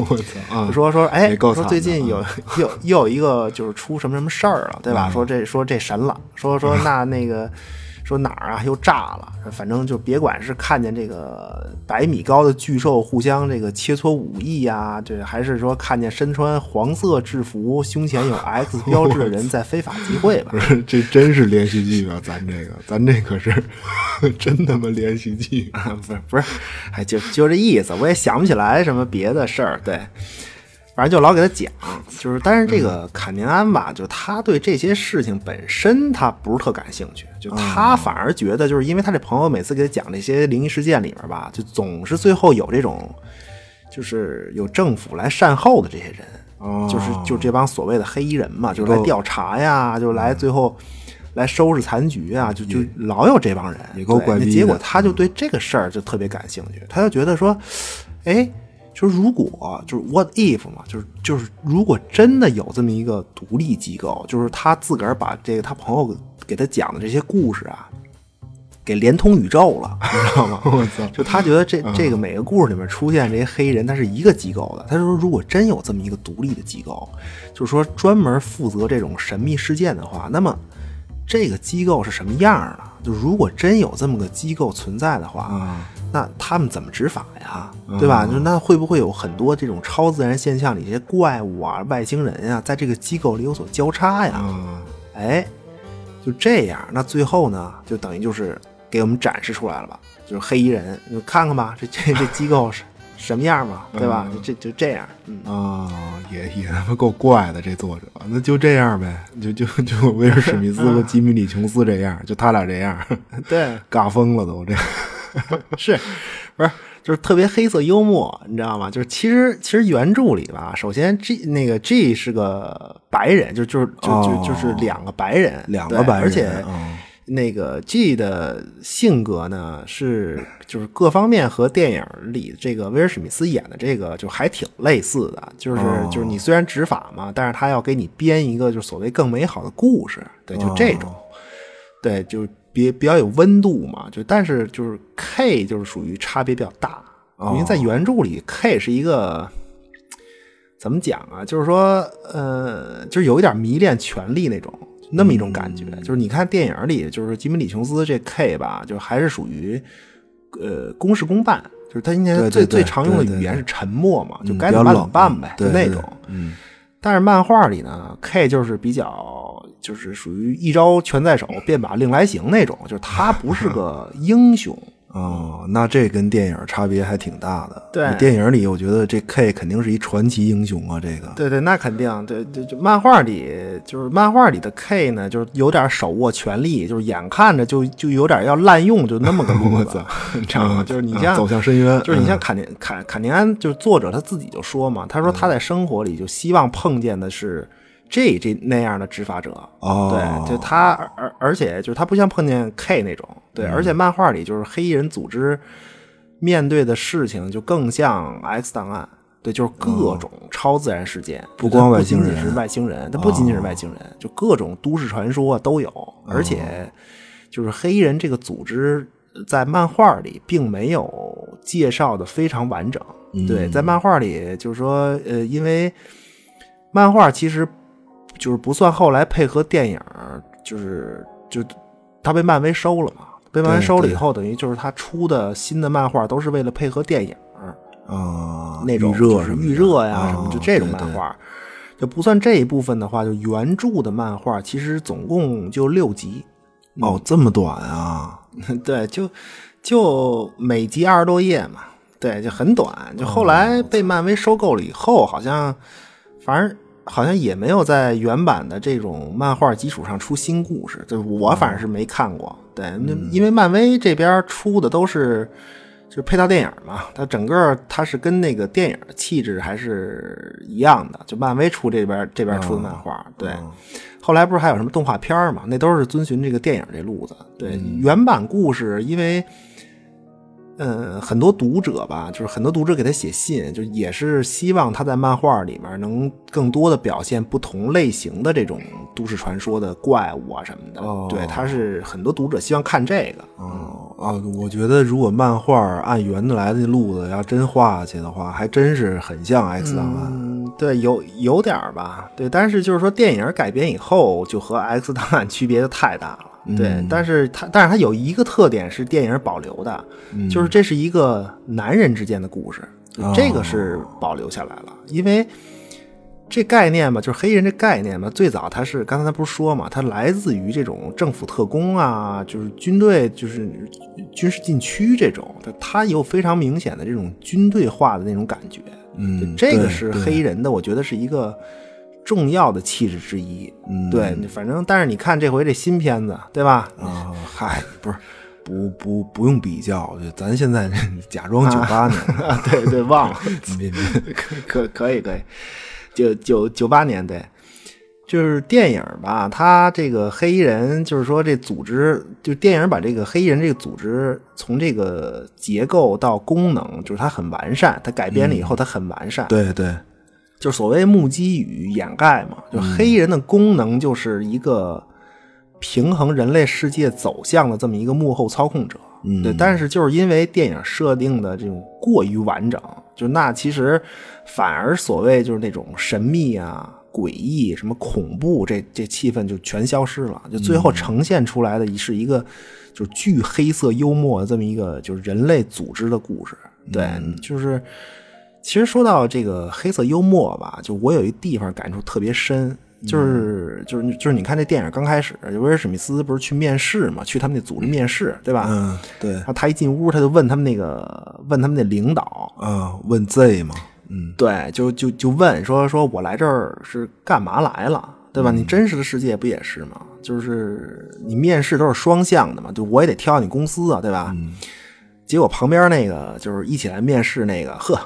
的， (laughs) 我操啊说说哎，也够说惨最的近啊有 (laughs) 又又有一个就是出什么什么事儿了，对嗯吧？说这说这神了，说说那那个说哪儿啊又炸了，反正就别管是看见这个百米高的巨兽互相这个切磋武艺呀，这还是说看见身穿黄色制服、胸前有 X 标志的人在非法集会吧？ (laughs) 这真是连续剧啊！咱这个，咱这可是 (laughs) 真他妈连续剧。啊啊不是不是，哎，就就这意思，我也想不起来什么别的事儿。对，反正就老给他讲，就是，但是这个坎宁安吧，就他对这些事情本身他不是特感兴趣，就他反而觉得，就是因为他这朋友每次给他讲这些灵异事件里面吧，就总是最后有这种，就是有政府来善后的这些人，哦就是就这帮所谓的黑衣人嘛，就来调查呀，就来最后。来收拾残局啊，就就老有这帮人，也够对怪那逼结果的嗯他就对这个事儿就特别感兴趣，他就觉得说，哎，就是如果就是 what if 嘛，就是就是如果真的有这么一个独立机构，就是他自个儿把这个他朋友给他讲的这些故事啊，给连通宇宙了，你知道吗？我操！就他觉得这这个每个故事里面出现这些黑人，他是一个机构的。他说，如果真有这么一个独立的机构，就是说专门负责这种神秘事件的话，那么这个机构是什么样儿的？就如果真有这么个机构存在的话，啊，那他们怎么执法呀？对吧？就那会不会有很多这种超自然现象里这些怪物啊、外星人啊，在这个机构里有所交叉呀？嗯，哎，就这样，那最后呢，就等于就是给我们展示出来了吧，就是黑衣人，你看看吧，这这这机构是什么样吧，对吧？就这就这样，嗯，啊，也也他妈够怪的，这作者，那就这样呗，就就就威尔史密斯和吉米里琼斯这样，就他俩这样，对，尬疯了都这。 (laughs) 是，不是就是特别黑色幽默，你知道吗？就是其实其实原著里吧，首先 G 那个 G 是个白人，就就是就就就是哦两个白人，两个对白而且人嗯那个 G 的性格呢是就是各方面和电影里这个威尔史密斯演的这个就还挺类似的，就是、哦就是你虽然执法嘛，但是他要给你编一个就是所谓更美好的故事，对，就这哦种。对，就是比比较有温度嘛。就但是就是 K 就是属于差别比较大，哦因为在原著里 K 是一个怎么讲啊？就是说，呃，就是有一点迷恋权力那种，那么一种感觉。嗯就是你看电影里，就是吉米里琼斯这 K 吧，就还是属于呃公事公办，就是他应该对对最对最常用的对对语言是沉默嘛，就嗯该比怎较么办怎么冷办呗，就对那对种。嗯，但是漫画里呢，K 就是比较就是属于一招拳在手便把令来行那种，就是他不是个英雄。哦，那这跟电影差别还挺大的。对电影里我觉得这 K 肯定是一传奇英雄啊，这个。 (laughs) 对对，那肯定，对对，就漫画里就是漫画里的 K 呢，就是有点手握权力，就是眼看着就就有点要滥用，就那么个路 (laughs) 子，你知道吗？就是你像啊走向深渊，就是你像坎宁坎坎宁安，就是作者他自己就说嘛，他说他在生活里就希望碰见的是这这那样的执法者。哦，对，就他而而而且就是他不像碰见 K 那种，对，嗯而且漫画里就是黑衣人组织面对的事情就更像 X 档案，对，就是各种超自然事件，哦不光它外星仅仅人哦是外星人，它不仅仅是外星人，就各种都市传说啊都有，而且就是黑衣人这个组织在漫画里并没有介绍的非常完整，嗯对，在漫画里就是说，呃，因为漫画其实就是不算后来配合电影儿，就是就他被漫威收了嘛，被漫威对收了以对后，等于就是他出的新的漫画都是为了配合电影儿啊，那种预就热是什么预的热呀啊什么，就这种对漫对画儿。就不算这一部分的话，就原著的漫画其实总共就六集，哦，这么短啊？对，就就每集二十多页嘛，对，就很短。就后来被漫威收购了以后，好像反正好像也没有在原版的这种漫画基础上出新故事，就我反正是没看过。对，那因为漫威这边出的都是就是配套电影嘛，它整个它是跟那个电影的气质还是一样的，就漫威出这边这边出的漫画，哦对。后来不是还有什么动画片儿嘛？那都是遵循这个电影这路子。对，原版故事，因为，呃，很多读者吧，就是很多读者给他写信，就也是希望他在漫画里面能更多的表现不同类型的这种都市传说的怪物啊什么的。哦对，他是很多读者希望看这个。哦啊，我觉得如果漫画按原来的路子要真画下去的话，还真是很像 X 档案。嗯，对，有有点儿吧，对，但是就是说电影改编以后，就和 X 档案区别就太大了。对，但是它但是它有一个特点是电影保留的，就是这是一个男人之间的故事，就哦这个是保留下来了，因为这概念吧，就是黑衣人这概念吧，最早它是刚才他不是说嘛，它来自于这种政府特工啊，就是军队，就是军事禁区这种，它它有非常明显的这种军队化的那种感觉。嗯，这个对是对黑衣人的，我觉得是一个重要的气质之一。嗯对，反正但是你看这回这新片子，对吧？ (laughs) 啊，嗨，不是，不不不用比较，就咱现在 (laughs) 假装九八年，啊，对对，(laughs) 忘了，别别可可可以可以，九九九八年对。就是电影吧，他这个黑衣人，就是说这组织，就电影把这个黑衣人这个组织从这个结构到功能，就是它很完善，它改编了以嗯后它很完善，对 (laughs) 对，就所谓目击与掩盖嘛，就黑衣人的功能就是一个平衡人类世界走向的这么一个幕后操控者。嗯对，但是就是因为电影设定的这种过于完整，就那其实反而所谓就是那种神秘啊、诡异、什么恐怖这这气氛就全消失了，嗯就最后呈现出来的是一个就是巨黑色幽默的这么一个就是人类组织的故事。对，嗯就是其实说到这个黑色幽默吧，就我有一地方感触特别深，嗯就是、就是就是你看这电影刚开始，威尔史密斯不是去面试嘛，去他们那组织面试，对吧？嗯对然后他一进屋，他就问他们那个问他们那领导，啊，问 Z 嘛，嗯对，就就就问说说我来这儿是干嘛来了，对吧？你真实的世界不也是吗？就是你面试都是双向的嘛，就我也得挑你公司啊，对吧？结果旁边那个就是一起来面试那个，呵，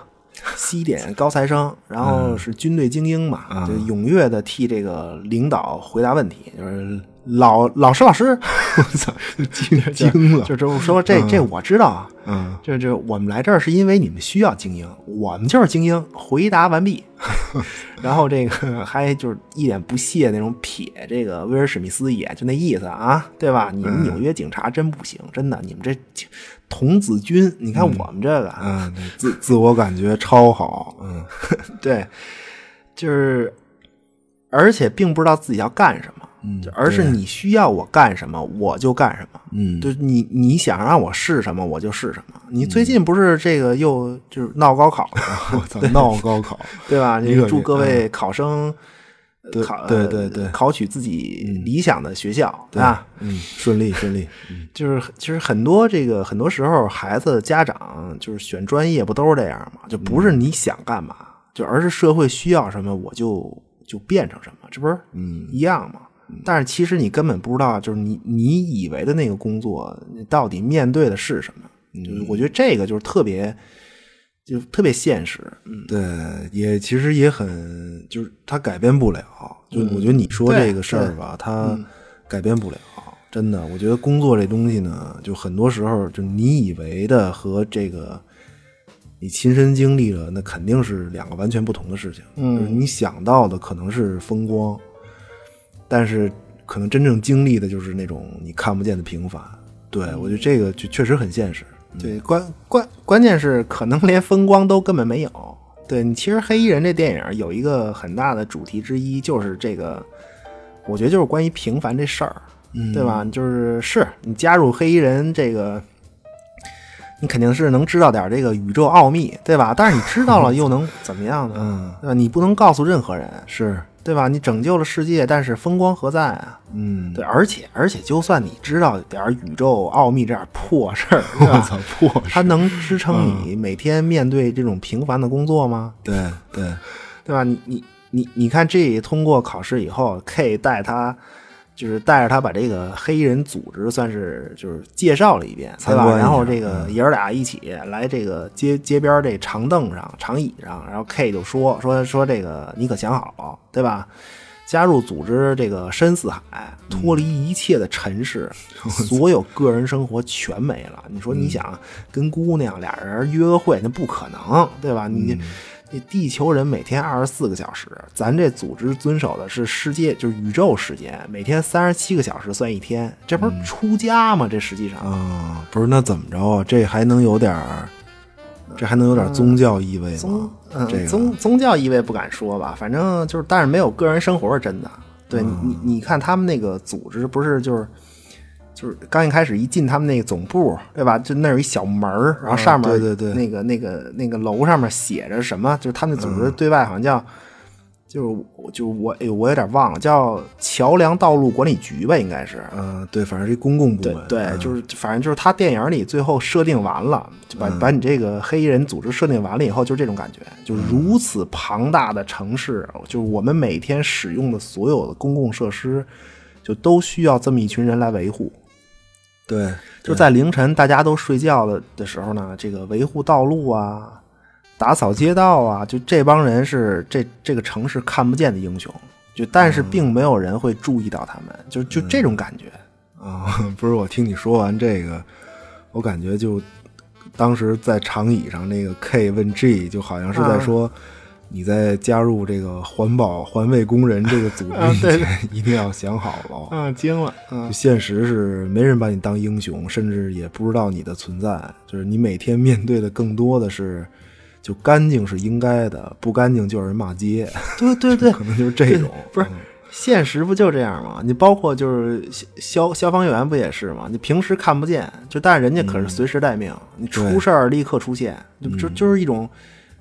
西点高材生，然后是军队精英嘛，就踊跃的替这个领导回答问题，就是老老师老师，我操， (laughs) 惊惊了就这么说这这我知道啊，嗯，这这我们来这儿是因为你们需要精英，我们就是精英。回答完毕， (laughs) 然后这个 (laughs) 还就是一脸不屑那种瞥这个威尔史密斯一眼，就那意思啊，对吧？你嗯们纽约警察真不行，真的，你们这童子军，你看我们这个，啊嗯，自自我感觉超好，嗯对，就是，而且并不知道自己要干什么，嗯就而是你需要我干什么，我就干什么。嗯就是你你想让我是什么，我就是什么。你嗯最近不是这个又就是闹高考了 (laughs) 吗，我操，闹高考，对吧？一个嗯你祝各位考生对考呃对对对考取自己理想的学校 (laughs) 啊。嗯，顺利顺利，嗯就是其实很多这个很多时候孩子家长就是选专业不都是这样吗？就嗯不是你想干嘛，就而是社会需要什么我就就变成什么，这不是嗯一样吗？但是其实你根本不知道，就是你你以为的那个工作，你到底面对的是什么？嗯就是我觉得这个就是特别，就特别现实。嗯，对，也其实也很，就是他改变不了。就我觉得你说对嗯这个事儿吧，他改变不了。真的，我觉得工作这东西呢，就很多时候就你以为的和这个你亲身经历了，那肯定是两个完全不同的事情。嗯就是你想到的可能是风光，但是可能真正经历的就是那种你看不见的平凡。对，我觉嗯得这个就确实很现实。对，关关关键是可能连风光都根本没有。对你，其实《黑衣人》这电影有一个很大的主题之一，就是这个，我觉得就是关于平凡嗯这事儿，对吧？就是是你加入黑衣人这个你肯定是能知道点这个宇宙奥秘，对吧？但是你知道了又 (laughs) 能怎么样呢？嗯对吧？你不能告诉任何人，是，对吧？你拯救了世界，但是风光何在啊？嗯，对，而且而且，就算你知道点儿宇宙奥秘这点儿破事 (laughs) 儿，我操， (laughs) 破，它能支撑你每天面对这种平凡的工作吗？对对，对吧？你你你你看这通过考试以后，K 带他就是带着他把这个黑衣人组织算是就是介绍了一遍，对参观吧？一下嗯然后这个爷儿俩一起来这个街街边儿这长凳上长椅上，然后 K 就说说说这个你可想好，对吧？加入组织这个深似海，脱嗯离一切的尘世，所有个人生活全没了。你说你想跟姑娘俩人约个会，那不可能，对吧？你、你地球人每天二十四个小时，咱这组织遵守的是世界，就是宇宙时间，每天三十七个小时算一天，这不是出家吗？这实际上，啊，不是，那怎么着啊？这还能有点儿，这还能有点儿宗教意味宗吗？嗯、这个宗宗教意味不敢说吧，反正就是，但是没有个人生活是真的。对、嗯你你，你看他们那个组织不是就是。就是刚一开始一进他们那个总部，对吧？就那儿有一小门儿，然后上面、啊对对对那个那个那个楼上面写着什么？就是他们那组织对外嗯好像叫，就是我就是我，哎呦，我有点忘了，叫桥梁道路管理局吧，应该是。啊，对，反正是一公共部对门，对，就是反正就是他电影里最后设定完了，就把、把你这个黑衣人组织设定完了以后，就是这种感觉，就是如此庞大的城市，就是我们每天使用的所有的公共设施，就都需要这么一群人来维护。对，就在凌晨大家都睡觉的的时候呢，这个维护道路啊、打扫街道啊，就这帮人是这这个城市看不见的英雄，就但是并没有人会注意到他们，就就这种感觉。啊， (laughs) 不是，我听你说完这个，我感觉就当时在长椅上，那个 K 问 G，就好像是嗯在说。你在加入这个环保环卫工人这个组织以啊对前，一定要想好了。嗯，惊了，嗯就。现实是没人把你当英雄，甚至也不知道你的存在。就是你每天面对的更多的是，就干净是应该的，不干净就有人骂街， (laughs) 对对对，可能就是这种。嗯不是现实不就这样吗？你包括就是消消消防员不也是吗？你平时看不见，就但是人家可嗯是随时待命，你出事儿立刻出现，就就就是一种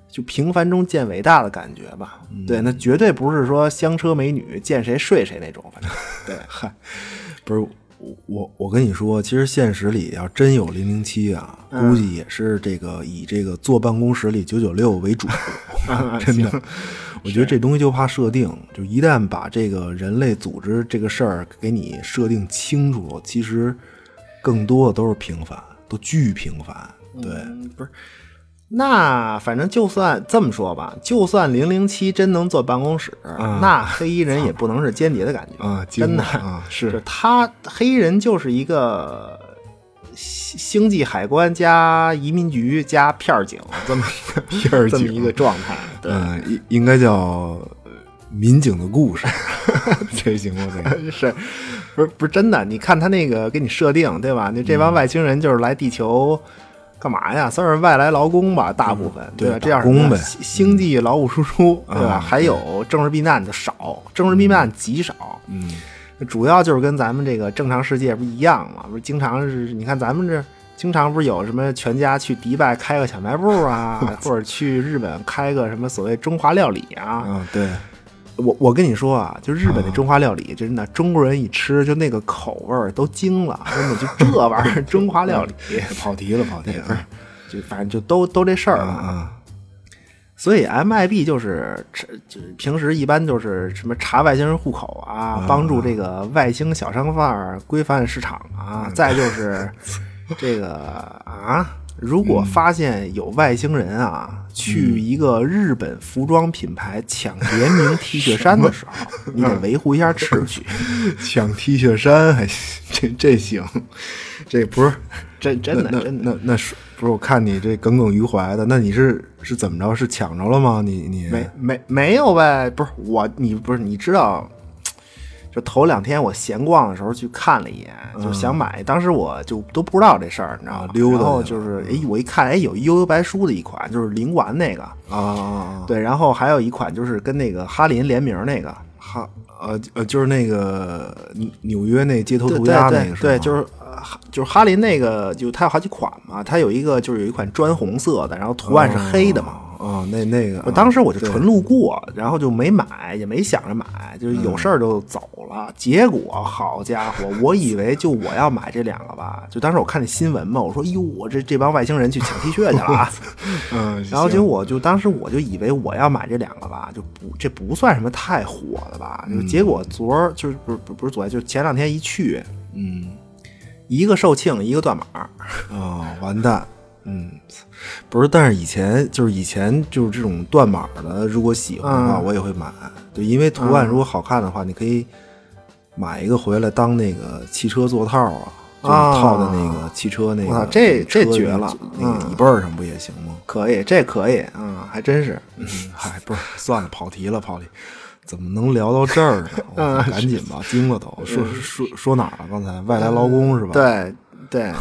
就平凡中见伟大的感觉吧。嗯对，那绝对不是说香车美女见谁睡谁那种，反正 (laughs) 对，嗨，不是我我我跟你说，其实现实里要真有零零七啊，嗯估计也是这个以这个坐办公室里九九六 (laughs) 为主，啊真的。我觉得这东西就怕设定，就一旦把这个人类组织这个事儿给你设定清楚了，其实更多的都是平凡，都巨平凡。嗯对，不是。那反正就算这么说吧，就算零零七真能坐办公室，那黑衣人也不能是间谍的感觉啊惊真的了啊 (laughs) 是他黑衣人就是一个星星际海关加移民局加片儿警 (laughs) 这么一 (laughs) 个片儿 (laughs) 这么警一个状态，对，嗯，应应该叫呃民警的故 (laughs) 事，这行吗？这个。是，不是不是真的？你看他那个给你设定，对吧？就这嗯帮外星人就是来地球干嘛呀？算是外来劳工吧，大部分、嗯对吧？这样打工呗嗯星星际劳务输出，对吧？还有政治避难的少，政治避难极少。嗯，主要就是跟咱们这个正常世界不一样嘛，不是经常是，你看咱们这经常不是有什么全家去迪拜开个小卖部 (laughs) 啊，或者去日本开个什么所谓中华料理啊，啊，对，我我跟你说啊，就日本的中华料理，真的中国人一吃就那个口味儿都惊了，真的就这 (laughs) 玩意儿中华料理，嗯跑题了，跑题了。就反正就都都这事儿嘛。啊，所以 MIB 就是吃就是平时一般就是什么查外星人户口啊，帮助这个外星小商贩儿规范市场啊，再就是 (laughs) 这个啊。如果发现有外星人啊，去一个日本服装品牌抢联名 T 恤衫的时候，你得维护一下秩序。抢 T 恤衫还行这这行，这不是 (laughs) 真真 (laughs) 的那真的那那是不是？我看你这耿耿于怀的，那你是是怎么着？是抢着了吗？你你没没没有呗？不是我，你不是你知道，就头两天我闲逛的时候去看了一眼，就是想买，当时我就都不知道这事儿，你知道吗嗯啊？溜达然后去就是，哎，我一看，哎，有悠悠白书的一款，就是灵丸那个，啊啊啊！对，然后还有一款就是跟那个哈林联名那个，哈呃呃，就是那个纽纽约那街头对涂对鸦那对个是对，吗就是呃哈就是哈林那个，就它有好几款嘛，它有一个就是有一款砖红色的，然后图案是黑的嘛。哦，那那个啊，我当时我就纯对路过，然后就没买，也没想着买，就是有事儿就走了。结果好家伙，我以为就我要买这两个吧，就当时我看那新闻嘛，我说哟，我这这帮外星人去抢 T 恤去了啊。嗯，然后行结果我就当时我就以为我要买这两个吧，就不这不算什么太火的吧。嗯就结果昨儿就是不是不是不是昨天，就是前两天一去，嗯一个售罄，一个断码。哦，完蛋，嗯，不是，但是以前就是以前就是这种断码的，如果喜欢的话，嗯我也会买，对，因为图案嗯如果好看的话，你可以买一个回来当那个汽车座套啊。就是啊套在那个汽车那我操个，这这车绝那个了那个嗯椅背儿上不也行吗？可以，这可以啊、嗯，还真是。嗯， (laughs) 嗨，不是，算了，跑题了，跑题，怎么能聊到这 (laughs) 儿呢？嗯我赶紧吧，惊了都，说说说哪儿了？刚才外来劳工是吧？，嗯对对，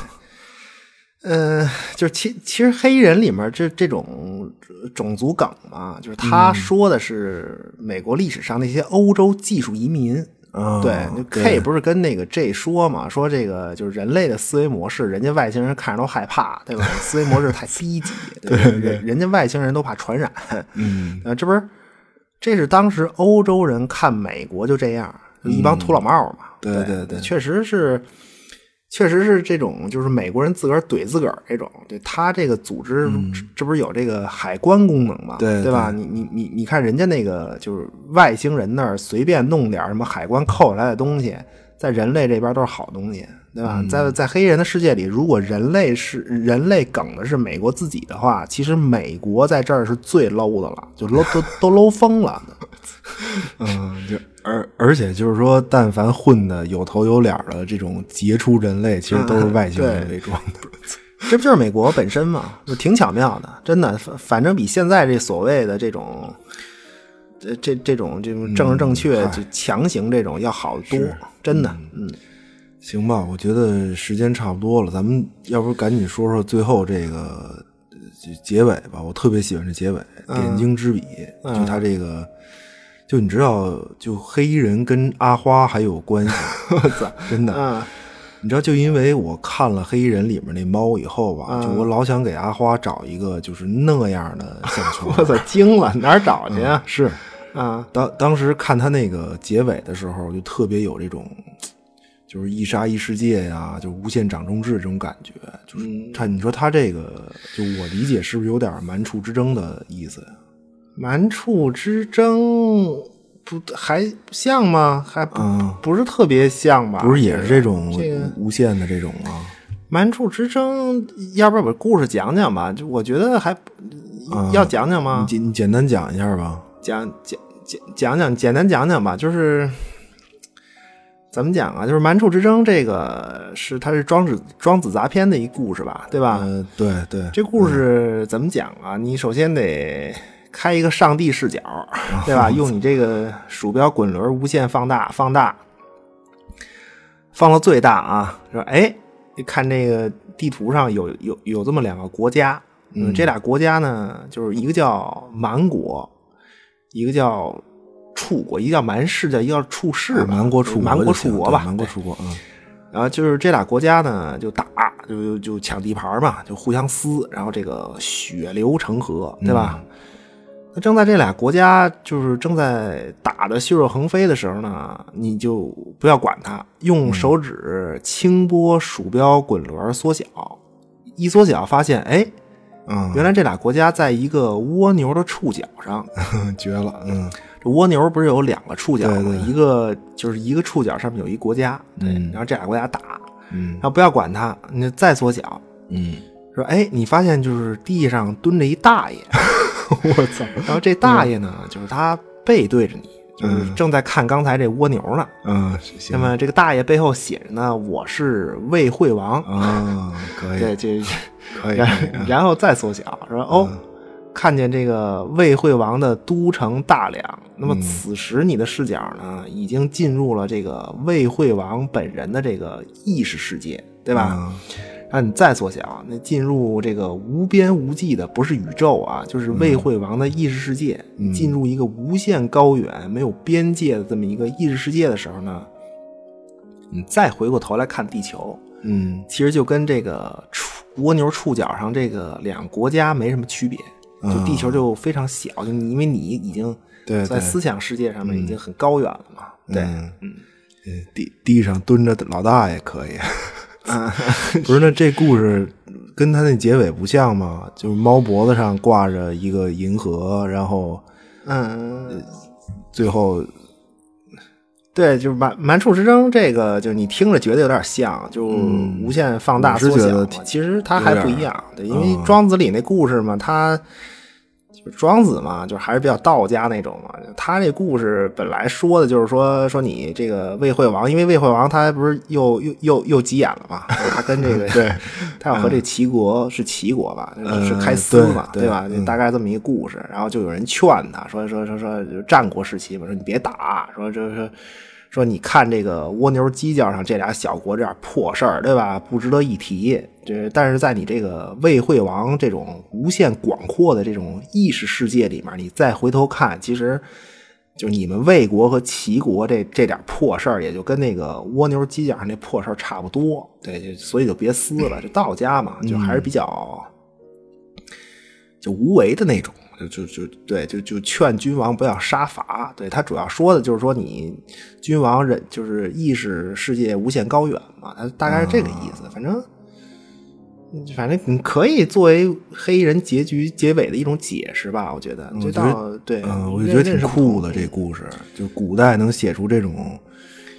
嗯、就是其其实黑人里面这这种种族梗嘛，就嗯是他说的是美国历史上那些欧洲技术移民。嗯，对，那 K 不是跟那个 J 说嘛，说这个就是人类的思维模式，人家外星人看着都害怕，对吧？思维模式太低级，对吧？人人家外星人都怕传染，嗯，啊，这不是，这是当时欧洲人看美国就这样，就一帮土老帽儿嘛。对对对对确实是，确实是这种，就是美国人自个儿怼自个儿这种。对他这个组织，这这不是有这个海关功能嘛？对对吧？你你你你看人家那个，就是外星人那儿随便弄点儿什么海关扣下来的东西，在人类这边都是好东西。对吧？在在黑人的世界里，如果人类是人类梗的是美国自己的话，其实美国在这儿是最 low 的了，就 low 都都 low 疯了。嗯，就而而且就是说，但凡混的有头有脸儿的这种杰出人类，其实都是嗯外星人伪装的。这不就是美国本身吗？就挺巧妙的，真的，反反正比现在这所谓的这种，这这这种这嗯种政治正确、就强行这种要好得多，真的，嗯，行吧，我觉得时间差不多了，咱们要不赶紧说说最后这个呃就结尾吧。我特别喜欢这结尾，点睛之笔，就他这个，就你知道，就黑衣人跟阿花还有关系，我操，真的。啊你知道，就因为我看了《黑衣人》里面那猫以后吧，就我老想给阿花找一个就是那样的项圈。我操，惊了，哪儿找去啊？是，啊，当当时看他那个结尾的时候，就特别有这种，就是一沙一世界呀、就是无限掌中制这种感觉。就是嗯他，你说他这个，就我理解是不是有点蛮处之争的意思呀？蛮处之争不还像吗？还不、嗯不是特别像吧？不是，也是这种啊这个无限的这种啊吗？蛮处之争，要不然把故事讲讲吧？就我觉得还、嗯要讲讲吗你？简你简单讲一下吧。讲讲讲讲讲简单讲讲吧，就是怎么讲啊？就是蛮处之争这个是它是庄子庄子杂篇的一故事吧，对吧？嗯、对对，啊这故事怎么讲啊？你首先得开一个上帝视角，(laughs) 对吧？用你这个鼠标滚轮无限放大，放大，放到最大啊！说，哎，你看这个地图上有有有这么两个国家，嗯，这俩国家呢，就是一个叫蛮国，一个叫楚国，一个叫蛮氏，叫一个叫楚氏吧，啊蛮国楚蛮国国就楚行国对吧，哎蛮国楚国嗯。然后就是这俩国家呢，就打，就就就抢地盘嘛，就互相撕，然后这个血流成河，对嗯吧？那正在这俩国家就是正在打的血肉横飞的时候呢，你就不要管它，用手指轻拨鼠标滚轮缩小，一缩小发现，哎，嗯，原来这俩国家在一个蜗牛的触角上，绝了，嗯这蜗牛不是有两个触角吗？对对一个就是一个触角上面有一国家，对，嗯然后这俩国家打，嗯然后不要管它，你就再缩小，嗯，说哎，你发现就是地上蹲着一大爷， (laughs) 我操，然后这大爷呢，就是他背对着你，就是嗯正在看刚才这蜗牛呢。嗯，那行么这个大爷背后写着呢，我是魏惠王。啊，可以对，这可以，然可以啊然后再缩小，说哦，嗯看见这个魏惠王的都城大梁。那嗯么此时你的视角呢，已经进入了这个魏惠王本人的这个意识世界，对吧？嗯那你再缩小，那进入这个无边无际的，不是宇宙啊，就是魏嗯惠王的意识世界。你进入一个无限高远、没有边界的这么一个意识世界的时候呢，你再回过头来看地球，嗯其实就跟这个触蜗牛触角上这个两个国家没什么区别，啊就地球就非常小，就你因为你已经对在对思想世界上面已经很高远了嘛，对，嗯，呃地地上蹲着的老大爷可以。 (laughs) 嗯不是，那这故事跟他那结尾不像吗？就是猫脖子上挂着一个银河，然后嗯，最后对，就是蛮蛮处之争这个，就是你听着觉得有点像，就嗯无限放大我是缩觉小得嘛，挺其实它还有不点一儿样，对，因为嗯庄子里那故事嘛，它。就是庄子嘛，就还是比较道家那种嘛。就他这故事本来说的就是说说你这个魏惠王，因为魏惠王他不是又又又又急眼了嘛，他 (laughs) 跟这个对，他要和这齐国、是齐国吧，是开司嘛，嗯对嗯吧？对就大概这么一个故事。然后就有人劝他说说说说，就战国时期嘛，说你别打，说说说说你看这个蜗牛犄角上这俩小国这点破事儿，对吧？不值得一提。这但是在你这个魏惠王这种无限广阔的这种意识世界里面，你再回头看，其实。就是你们魏国和齐国这这点破事儿，也就跟那个蜗牛犄角上那破事儿差不多。对，就所以就别撕了。这道家嘛，就还是比较、就无为的那种，就就就对，就就劝君王不要杀伐。对他主要说的就是说你君王人就是意识世界无限高远嘛，他大概是这个意啊思。反正反正你可以作为黑衣人结局结尾的一种解释吧，我觉得。我就觉得到对，嗯，我就认觉得认识挺不同酷的这故事，就古代能写出这种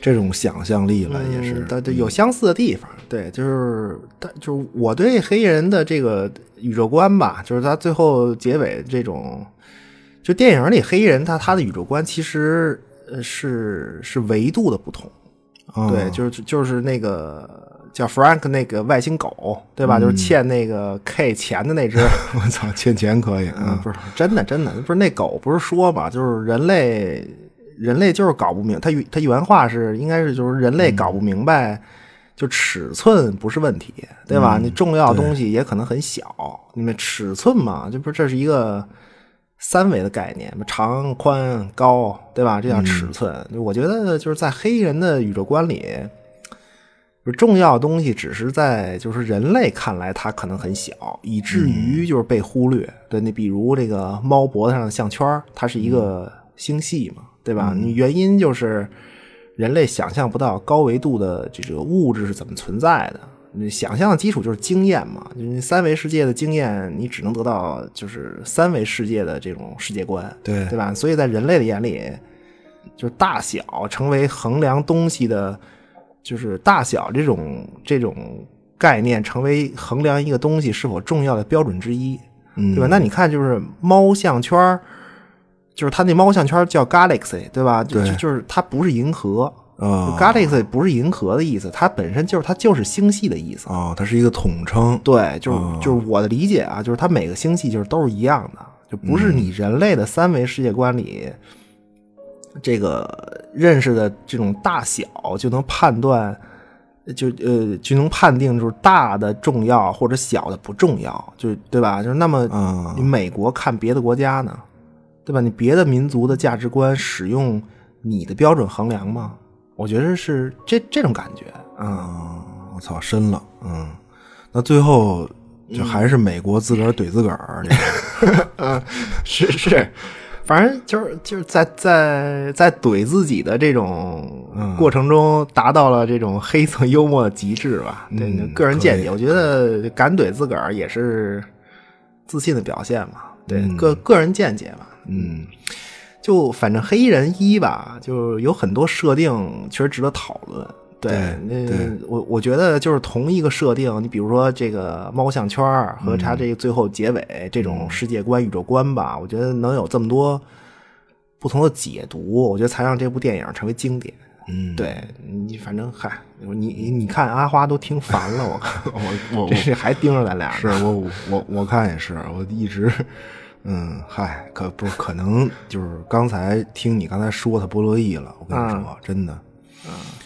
这种想象力来，也是嗯，对对，有相似的地方。对，就是，但就是我对黑衣人的这个宇宙观吧，就是他最后结尾这种，就电影里黑衣人他他的宇宙观其实呃是是维度的不同，嗯对，就是就是那个叫 Frank 那个外星狗，对嗯吧？就是欠那个 K 钱的那只， (laughs) 我操，欠钱可以嗯，啊，不是真的，真的不是那狗不是说嘛，就是人类，人类就是搞不明，它原它原话是应该是就是人类搞不明白，就尺寸不是问题，嗯对吧？你重要的东西也可能很小，你们尺寸嘛，这不是这是一个三维的概念，长、宽、高，对吧？这叫尺寸。我觉得就是在黑人的宇宙观里。就是重要的东西只是在就是人类看来它可能很小，以至于就是被忽略。对，你比如这个猫脖子上的项圈儿，它是一个星系嘛，对吧？你原因就是人类想象不到高维度的这个物质是怎么存在的。你想象的基础就是经验嘛，就是你三维世界的经验，你只能得到就是三维世界的这种世界观。对对吧？所以在人类的眼里，就是大小成为衡量东西的，就是大小这种这种概念成为衡量一个东西是否重要的标准之一，嗯对吧？那你看，就是猫项圈儿，就是它那猫项圈儿叫 galaxy，对吧？就对就就是它不是银河。啊 Galaxy 不是银河的意思，它本身就是它就是星系的意思。啊，它是一个统称，对，就是、哦就是我的理解啊，就是它每个星系就是都是一样的，就嗯不是你人类的三维世界观里、这个认识的这种大小就能判断，就呃就能判定就是大的重要或者小的不重要，就对吧？就是那么啊你美国看别的国家呢，对吧？你别的民族的价值观使用你的标准衡量吗？我觉得是这这种感觉啊。啊，我操，深了，嗯，那最后就还是美国自个儿怼自个儿，这个 (laughs) 啊是是，反正就是就是在在在怼自己的这种嗯过程中，达到了这种黑色幽默的极致吧。对，就嗯个人可见以解，我觉得敢怼自个儿也是自信的表现嘛。对，嗯个个人见解吧。嗯就反正黑衣人一吧，就有很多设定确实值得讨论。对对那对我我觉得就是同一个设定，你比如说这个猫项圈儿和嗯它这个最后结尾、这种世界观、宇宙观吧，我觉得能有这么多不同的解读，我觉得才让这部电影成为经典。嗯，对你，反正嗨，你你你看阿花都听烦了，我 (laughs) 看我我我这是还盯着咱俩呢，是我我我看也是，我一直，嗯，嗨，可不可能就是刚才听你刚才说他不乐意了，我跟你说，真的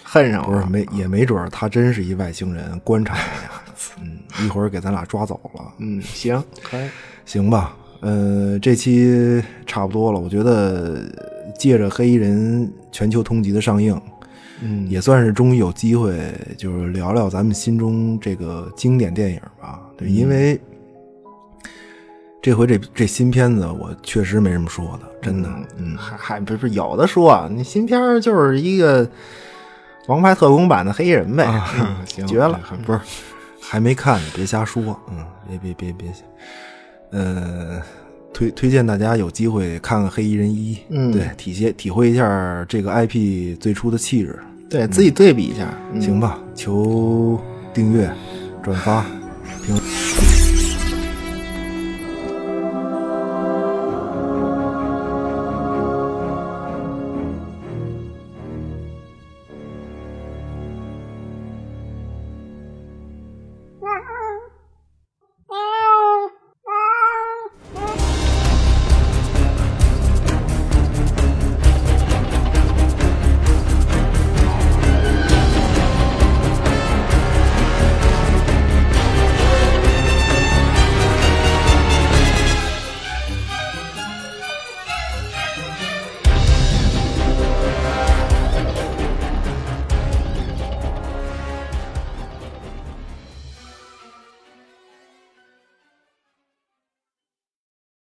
恨上我不是了没也没准儿他真是一外星人观察一下，嗯，一会儿给咱俩抓走了。嗯，行，可以，行吧，呃，这期差不多了。我觉得借着黑衣人全球通缉的上映，嗯，也算是终于有机会，就是聊聊咱们心中这个经典电影吧。嗯对，因为这回这这新片子，我确实没什么说的，真的。嗯，还还不是有的说啊，你新片儿就是一个《王牌特工》版的黑衣人呗，嗯行，绝了，还不是还没看，你别瞎说，嗯，别别别别，呃，推推荐大家有机会看看《黑衣人一》，嗯对，体现体会一下这个 IP 最初的气质，对自己对比一下，嗯行吧？求订阅、转发、评论。